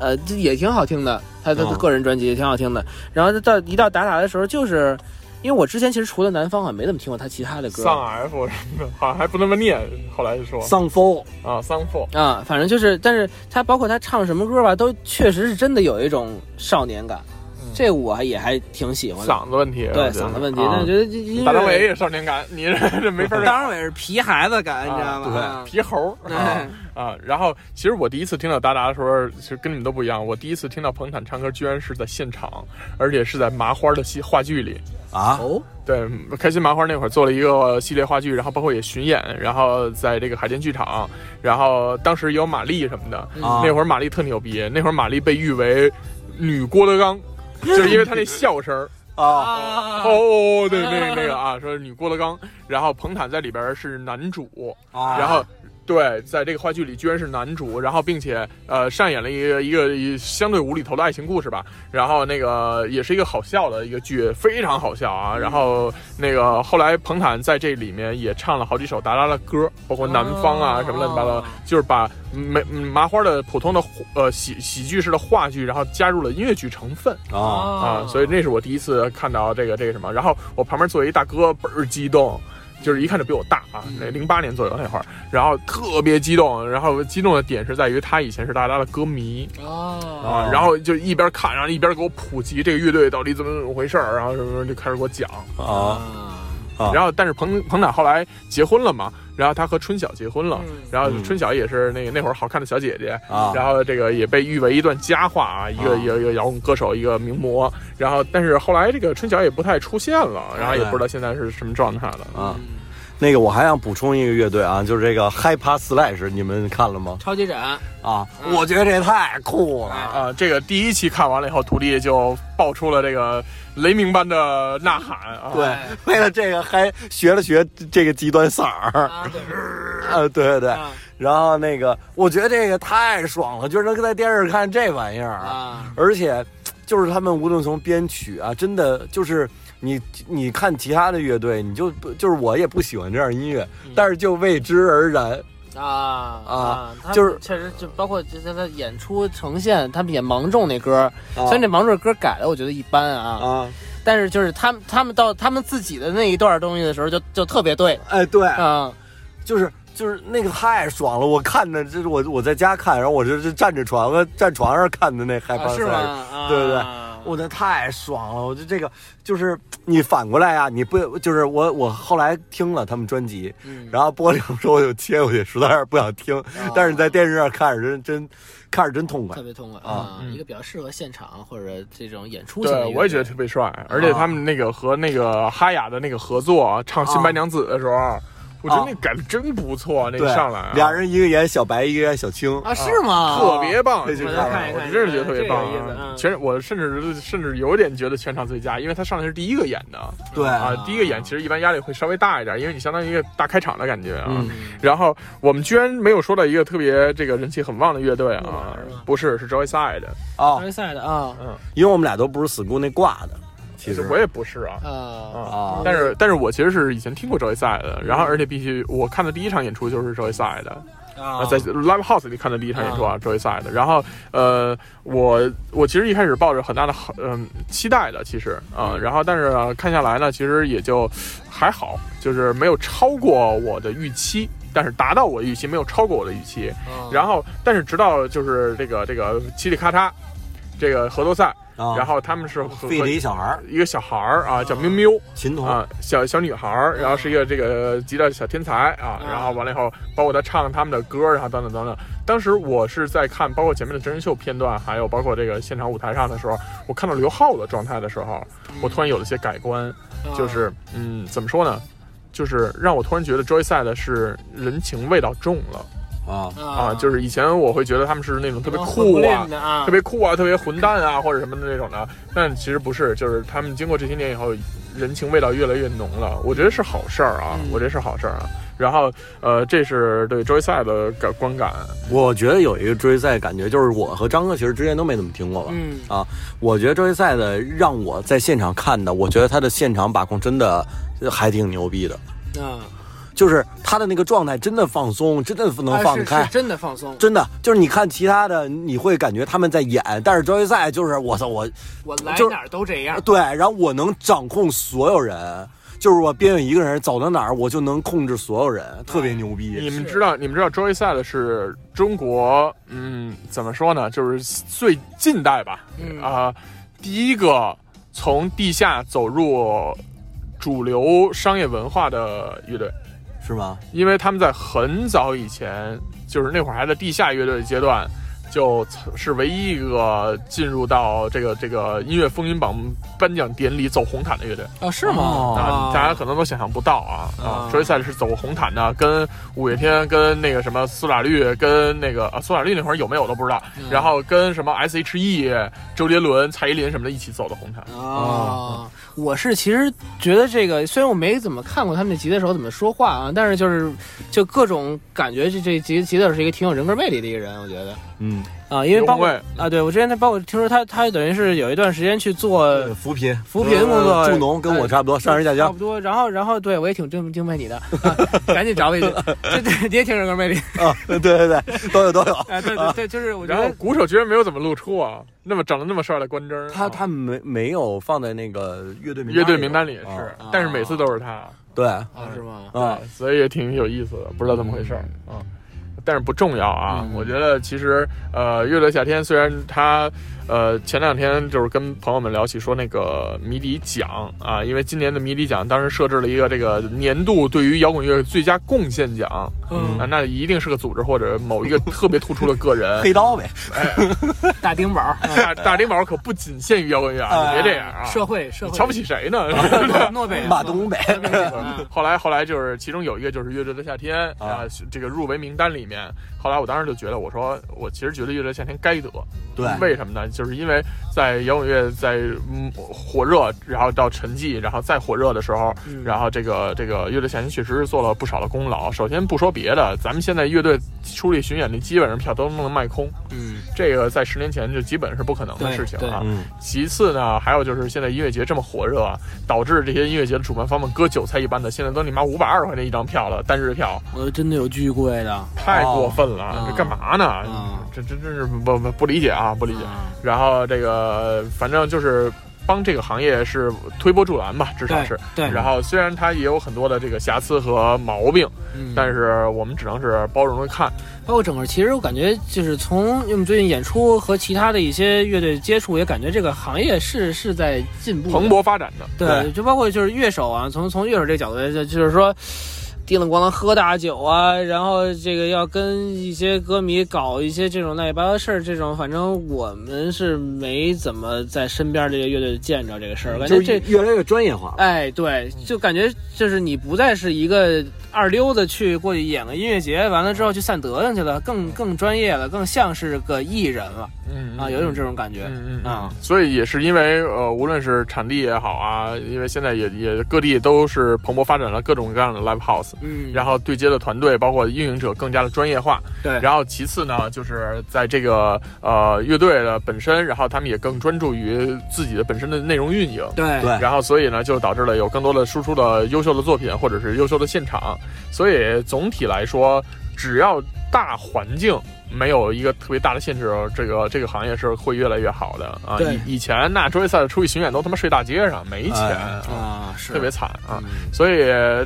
呃，这也挺好听的。他他的
嗯
个人专辑也挺好听的。然后到一到达达的时候，就是因为我之前其实除了南方好像没怎么听过他其他的歌。
丧 F 什么的， 好像还不那么念，后来就说
丧风，
啊，丧 F
啊，反正就是，但是他包括他唱什么歌吧，都确实是真的有一种少年感，
嗯
这我还也还挺喜欢的。
嗓子问题，
对
我觉得
嗓子问题，
啊
但是觉得这音乐
大张伟也少年感，你这这没法儿
当然我也是皮孩子感，你知道
啊
吗？
对，皮猴儿啊
哎
啊！然后其实我第一次听到达达的时候，其实跟你们都不一样。我第一次听到彭坦唱歌，居然是在现场，而且是在麻花的戏话剧里。
啊，
哦，
对，开心麻花那会儿做了一个系列话剧，然后包括也巡演，然后在这个海淀剧场，然后当时也有马丽什么的。
啊
哦那会儿马丽特牛逼，那会儿马丽被誉为女郭德纲，就是因为她那笑声儿。
啊，
哦，对，那个那个啊，说是女郭德纲，然后彭坦在里边儿是男主，
啊
然后对，在这个话剧里居然是男主，然后并且呃上演了一个一个一相对无厘头的爱情故事吧，然后那个也是一个好笑的一个剧，非常好笑啊。然后那个后来彭坦在这里面也唱了好几首达拉的歌，包括《南方》啊
哦
什么乱七八糟的，就是把没嗯麻花的普通的呃喜喜剧式的话剧，然后加入了音乐剧成分。
啊，
啊，所以那是我第一次看到这个这个什么。然后我旁边坐一大哥，倍儿激动，就是一看就比我大啊，
嗯
那零八年左右那会儿，然后特别激动，然后激动的点是在于他以前是大家的歌迷
哦，
啊
哦，
然后就一边看，然后一边给我普及这个乐队到底怎么怎么回事儿，然后什么什么就开始给我讲。
啊，啊
然后但是彭彭坦后来结婚了嘛，然后他和春晓结婚了，
嗯
然后
嗯
春晓也是那个那会儿好看的小姐姐，
啊
然后这个也被誉为一段佳话啊，一个
啊
一个一个摇滚歌手，一个名模。然后但是后来这个春晓也不太出现了，然后也
对
不知道现在是什么状态了。
啊，那个我还想补充一个乐队啊，就是这个 Hyper Slash，你们看了吗？
超级展，
啊，
嗯
我觉得这太酷了。
啊，这个第一期看完了以后，徒弟就爆出了这个雷鸣般的呐喊啊！
对，
哎
为了这个还学了学这个极端嗓儿，
啊对，
嗯
啊，对对对
啊。
然后那个，我觉得这个太爽了，就是能在电视看这玩意儿
啊，
而且就是他们无论从编曲啊，真的就是你你看其他的乐队，你就不就是我也不喜欢这样音乐，
嗯
但是就为之而燃。
啊
啊
他们
就是
确实就包括这他的演出呈现，他们演芒种那歌，
啊
虽然这芒种歌改的我觉得一般啊，
啊
但是就是他们他们到他们自己的那一段东西的时候就，就特别对
哎，对，
啊、
就是就是那个太爽了，我看的这是我我在家看，然后我这是站着床啊站床上看的那害怕、
啊是吗？啊
对对对我的太爽了！我就这个就是你反过来啊，你不就是我我后来听了他们专辑，
嗯
然后播两首我就切过去，实在是不想听。但是你在电视上看着真真看着真痛快
哦特。别痛快啊、
啊
一个比较适合现场或者这种演出型的乐
对，
队。
我也觉得特别帅，而且他们那个和那个哈雅的那个合作啊，唱《新白娘子》的时候，啊我觉得那改的真不错，那
对，
上来、啊、
俩人一个演小白，一个演小青。
啊，是吗？
特别棒，这
这
首
就
歌
是
我真是觉得特别棒
这个有意思
啊！
嗯
全我甚至甚至有点觉得全场最佳，因为他上来是第一个演的
对
啊，第一个演其实一般压力会稍微大一点，因为你相当于一个大开场的感觉啊。然后我们居然没有说到一个特别这个人气很旺的乐队啊
木马是吗，
不是是 Joyside 的，
啊
参，赛的啊
因为我们俩都不是 school 那挂的，其
其
实
实我也不是啊。
啊
啊
但是，嗯但是我其实是以前听过 Joyside 的，然后而且必须我看的第一场演出就是 Joyside 的，啊，
啊
在 Live House 里看的第一场演出啊，周一赛的。然后呃，我我其实一开始抱着很大的好嗯、期待的，其实啊、然后但是、呃看下来呢，其实也就还好，就是没有超过我的预期。但是达到我的预期，没有超过我的预期。然后，但是直到就是这个这个嘁里咔嚓，这个合作赛，
啊
然后他们是和
费了一小孩儿，
一个小孩儿啊，叫喵喵，
琴童
啊，小小女孩儿，然后是一个这个吉他小天才啊，
啊
然后完了以后，包括她唱他们的歌，然后等等等等。当时我是在看，包括前面的真人秀片段，还有包括这个现场舞台上的时候，我看到刘浩的状态的时候，我突然有了些改观，
哦
就是嗯，怎么说呢？就是让我突然觉得 Joyside 是人情味道重了
啊
哦
啊，
啊
就是以前我会觉得他们是那种特
特
别酷啊，
啊，
特别酷啊，特别混蛋啊，或者什么的那种的。但其实不是，就是他们经过这些年以后，人情味道越来越浓了。我觉得是好事儿啊，
嗯
我觉得是好事儿啊。然后，呃，这是对周 o 赛的感观感。
我觉得有一个追赛感觉，就是我和张哥其实之前都没怎么听过吧。
嗯
啊，我觉得追赛的让我在现场看的，我觉得他的现场把控真的呃还挺牛逼的，
啊，
就是他的那个状态真的放松，真的能
啊
放
是
开。
是真的放松。
真的就是你看其他的，你会感觉他们在演，但是周易赛就是我操我，
我来
就是
哪儿都这样。
对，然后我能掌控所有人，就是我边有一个人走到哪儿，我就能控制所有人，特别牛
你
逼。
们知道，你们知道周 o 赛的是中国，嗯，怎么说呢？就是最近代吧，
嗯
啊、第一个从地下走入主流商业文化的乐队。
是吗？
因为他们在很早以前，就是那会儿还在地下乐队阶段，就是唯一一个进入到这个这个音乐风云榜颁奖典礼走红毯的乐队
啊，是
哦
啊，大家可能都想象不到啊啊！
哦
周杰赛是走红毯的，跟五月天、跟那个什么苏打绿、跟那个啊苏打绿那会儿有没有我都不知道，
嗯
然后跟什么 S.H.E、周杰伦、蔡依林什么的一起走的红毯。
啊，我是其实觉得这个，虽然我没怎么看过他们这集的时候怎么说话啊，但是就是就各种感觉这这吉吉德尔是一个挺有人格魅力的一个人，我觉得
嗯，
啊，因为包括
有
啊，对我之前他包括听说他他等于是有一段时间去做
呃扶贫，
扶贫工作
呃助农跟
哎
我差不多，上人下
差
乡
不多，然后然后对我也挺敬敬佩你的，啊、赶紧找 我一句，对对，你也挺有人格魅力
啊，对对对，都有都有。
啊，对对对，就是我觉
然后
得。
鼓手居然没有怎么露出啊，那么长得那么帅的关啊真，
他他没没有放在那个乐队名
乐队名单里
里
也
啊
是，但是每次都是他
对
啊，是吗？
啊，
所以也挺有意思的，不知道怎么回事儿啊。但是不重要啊，
嗯
我觉得其实呃，乐队夏天虽然他呃前两天就是跟朋友们聊起说那个迷笛奖啊，因为今年的迷笛奖当时设置了一个这个年度对于摇滚乐最佳贡献奖
嗯
啊，那一定是个组织或者某一个特别突出的个人。
黑刀呗，
大丁宝儿，
大大丁宝可不仅限于摇滚乐啊，你别这样啊，
哎社会社
你
会，
瞧不起谁呢？
诺贝尔
马东呗，
啊
后来后来就是其中有一个就是《乐队的夏天》
啊
啊，这个入围名单里面，后来我当时就觉得，我说我其实觉得《乐队的夏天》该得，
对
为什么呢？就是因为在摇滚乐在嗯火热，然后到沉寂，然后再火热的时候，然后这个这个《乐队夏天》确实是做了不少的功劳。首先不说别的，咱们现在乐队出力巡演的基本上票都能卖空，
嗯，
这个在十年前就基本是不可能的事情
对对
啊。
嗯，
其次呢，还有就是现在音乐节这么火热啊，导致这些音乐节的主办方们割韭菜一般的，现在都你妈五百二十块钱一张票了，单日票
我真的有巨贵的，
太过分了，
哦
这干嘛呢？
嗯
啊这这真是不不不理解啊，不理解。
啊
然后这个反正就是帮这个行业是推波助澜吧，至少是。
对对
然后虽然它也有很多的这个瑕疵和毛病，
嗯
但是我们只能是包容的看。
包括整个，其实我感觉就是从因为我们最近演出和其他的一些乐队接触，也感觉这个行业是是在进步的
蓬勃发展的，
对，就包括就是乐手啊，从从乐手这角度来讲，就是说。叮了咣啷喝大酒啊，然后这个要跟一些歌迷搞一些这种乱七八糟事儿，这种反正我们是没怎么在身边这些乐队见着这个事儿，感觉
嗯就
嗯这
是越来越专业化了。
哎，对，
嗯
就感觉就是你不再是一个二溜子去过去演个音乐节，完了之后去散德行去了，更更专业了，更像是个艺人了
嗯
啊，有一种这种感觉。
嗯嗯
啊
所以也是因为呃，无论是产地也好啊，因为现在也也各地都是蓬勃发展了各种各样的 live house，
嗯，
然后对接的团队包括运营者更加的专业化。
对
然后其次呢，就是在这个呃乐队的本身，然后他们也更专注于自己的本身的内容运营。
对
对
然后所以呢，就导致了有更多的输出的优秀的作品，或者是优秀的现场。所以总体来说，只要大环境没有一个特别大的限制，这个这个行业是会越来越好的啊
对。
以以前那周杰赛出去巡演都他妈睡大街上，没钱，
哎
啊，是
特别惨啊。
嗯
所以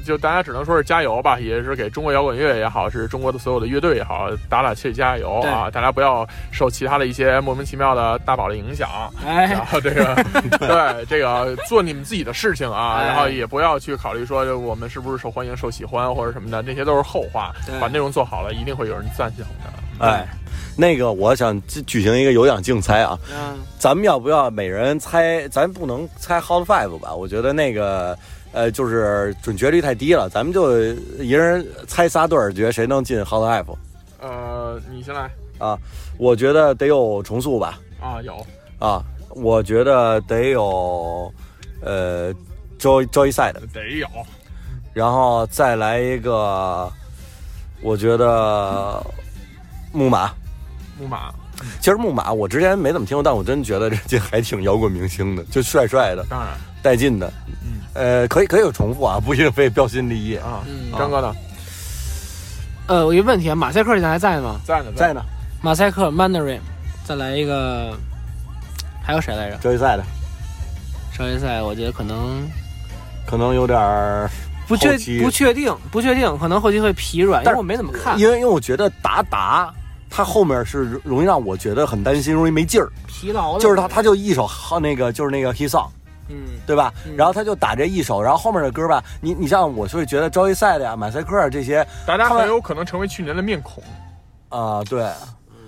就大家只能说是加油吧，也是给中国摇滚乐也好，是中国的所有的乐队也好，打打气加油啊！大家不要受其他的一些莫名其妙的大宝的影响。然
哎，
后这个，对这个做你们自己的事情啊，
哎
然后也不要去考虑说我们是不是受欢迎、受喜欢或者什么的，这些都是后话
对。
把内容做好了，一定会有人赞赏的。
哎，那个我想举举行一个有奖竞猜啊，
嗯，
咱们要不要每人猜？咱不能猜 Hot Five 吧？我觉得那个。呃，就是准确率太低了，咱们就一人猜仨对儿，觉得谁能进 Hot Five？
呃，你先来
我觉得得有重塑吧，
啊，有
啊，我觉得得有，呃，Joy Joy Side，
得有，
然后再来一个，我觉得木马。
木马
其实木马我之前没怎么听过，但我真觉得这这还挺摇滚明星的，就帅帅的，
当然
带劲的。
嗯，
呃，可以可以有重复啊， 不一定非标新立异。
啊
嗯。
张哥呢？
呃，我一个问题啊，马赛克现在还在吗？
在呢，
在呢，
马赛克 Mandarin，再来一个，还有谁来着？
周一赛的
少林赛，我觉得可能
可能有点儿，
不
后
确
期
不确定，不确定，可能后期会疲软，因
但
为
是
我没怎么看。
因为因为我觉得达达。他后面是容易让我觉得很担心，容易没劲儿。
疲劳了
就是他，他就一首好那个，就是那个 He Song，
嗯，
对吧？
嗯
然后他就打这一首，然后后面的歌吧，你你像我就会觉得周一赛的呀、马赛克啊这些
大家
他们
很有可能成为去年的面孔。
啊、对，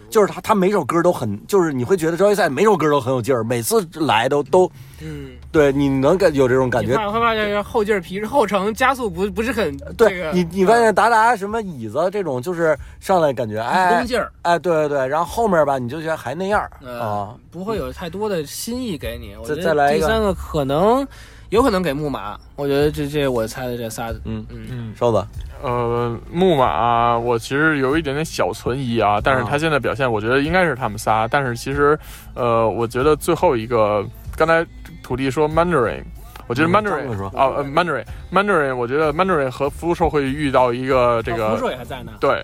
就是他他每首歌都很，就是你会觉得周一赛每首歌都很有劲儿，每次来都都
嗯，
对你能感有这种感
你
觉。
怕会发现后劲儿疲，后程加速不不是很
对、
这个嗯
你，你发现达达什么椅子这种，就是上来感觉哎
攻劲儿，
哎，对对对，然后后面吧，你就觉得还那样儿
呃
啊。
不会有太多的新意给你。我觉得
再来一
第
个
三个可能有可能给木马，我觉得这这我猜的这仨，
嗯
嗯
嗯，
瘦子，
呃，木马、我其实有一点点小存疑啊，但是他现在表现，我觉得应该是他们仨。但是其实，呃，我觉得最后一个，刚才土地说 Mandarin，我觉得
嗯
Mandarin
张哥说
啊、呃、，Mandarin，Mandarin，我觉得 Mandarin 和福禄寿会遇到一个这
哦
个
福。寿也还在呢，
对，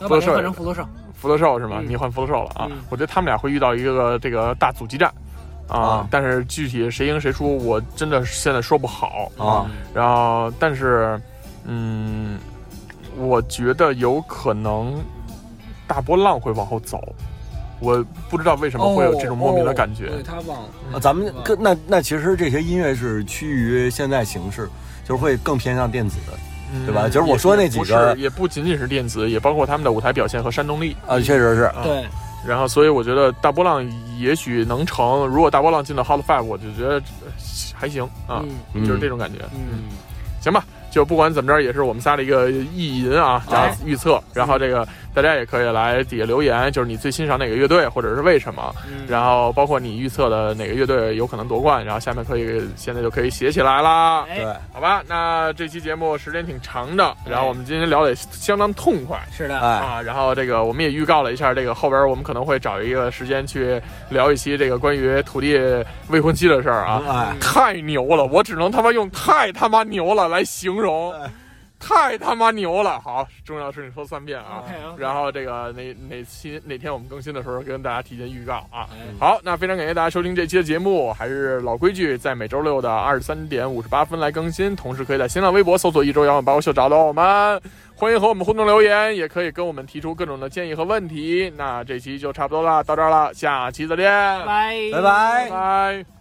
要把
福寿
这换成福禄寿，
福禄寿是吗？
嗯
你换福禄寿了啊！
嗯
我觉得他们俩会遇到一个这个大阻击战，啊！
啊
但是具体谁赢谁输，我真的现在说不好
嗯
啊
然后，但是，嗯，我觉得有可能大波浪会往后走，我不知道为什么会有这种莫名的感觉。
哦哦对他忘了。
啊咱们
嗯
跟那那其实这些音乐是趋于现在形式，就是会更偏向电子的。
嗯
对吧就是我说那几
也
个
不是也不仅仅是电子，也包括他们的舞台表现和煽动力。
啊，确实是，
啊
哦对，
然后，所以我觉得大波浪也许能成。如果大波浪进了 Hot Five，我就觉得呃还行啊，
嗯
嗯
就是这种感觉。
嗯，
行吧，就不管怎么着，也是我们仨的一个意淫啊，
哎
加预测。然后这个大家也可以来底下留言，就是你最欣赏哪个乐队，或者是为什么。
嗯
然后包括你预测的哪个乐队有可能夺冠，然后下面可以现在就可以写起来啦。
哎，
对。
好吧，那这期节目时间挺长的，然后我们今天聊得也相当痛快。
是的，
哎，
啊，然后这个我们也预告了一下，这个后边我们可能会找一个时间去聊一期这个关于土地未婚妻的
嗯
事儿啊。
哎，
太牛了，我只能他妈用太他妈牛了来形容。太他妈牛了！好，重要的事情说三遍啊。
OK，OK
然后这个哪哪期哪天我们更新的时候跟大家提前预告啊。
哎
好，那非常感谢大家收听这期的节目，还是老规矩，在每周六的二十三点五十八分来更新，同时可以在新浪微博搜索“一周摇滚八卦秀”找到我们。欢迎和我们互动留言，也可以跟我们提出各种的建议和问题。那这期就差不多啦，到这儿啦，下期再见，
拜
拜拜
拜。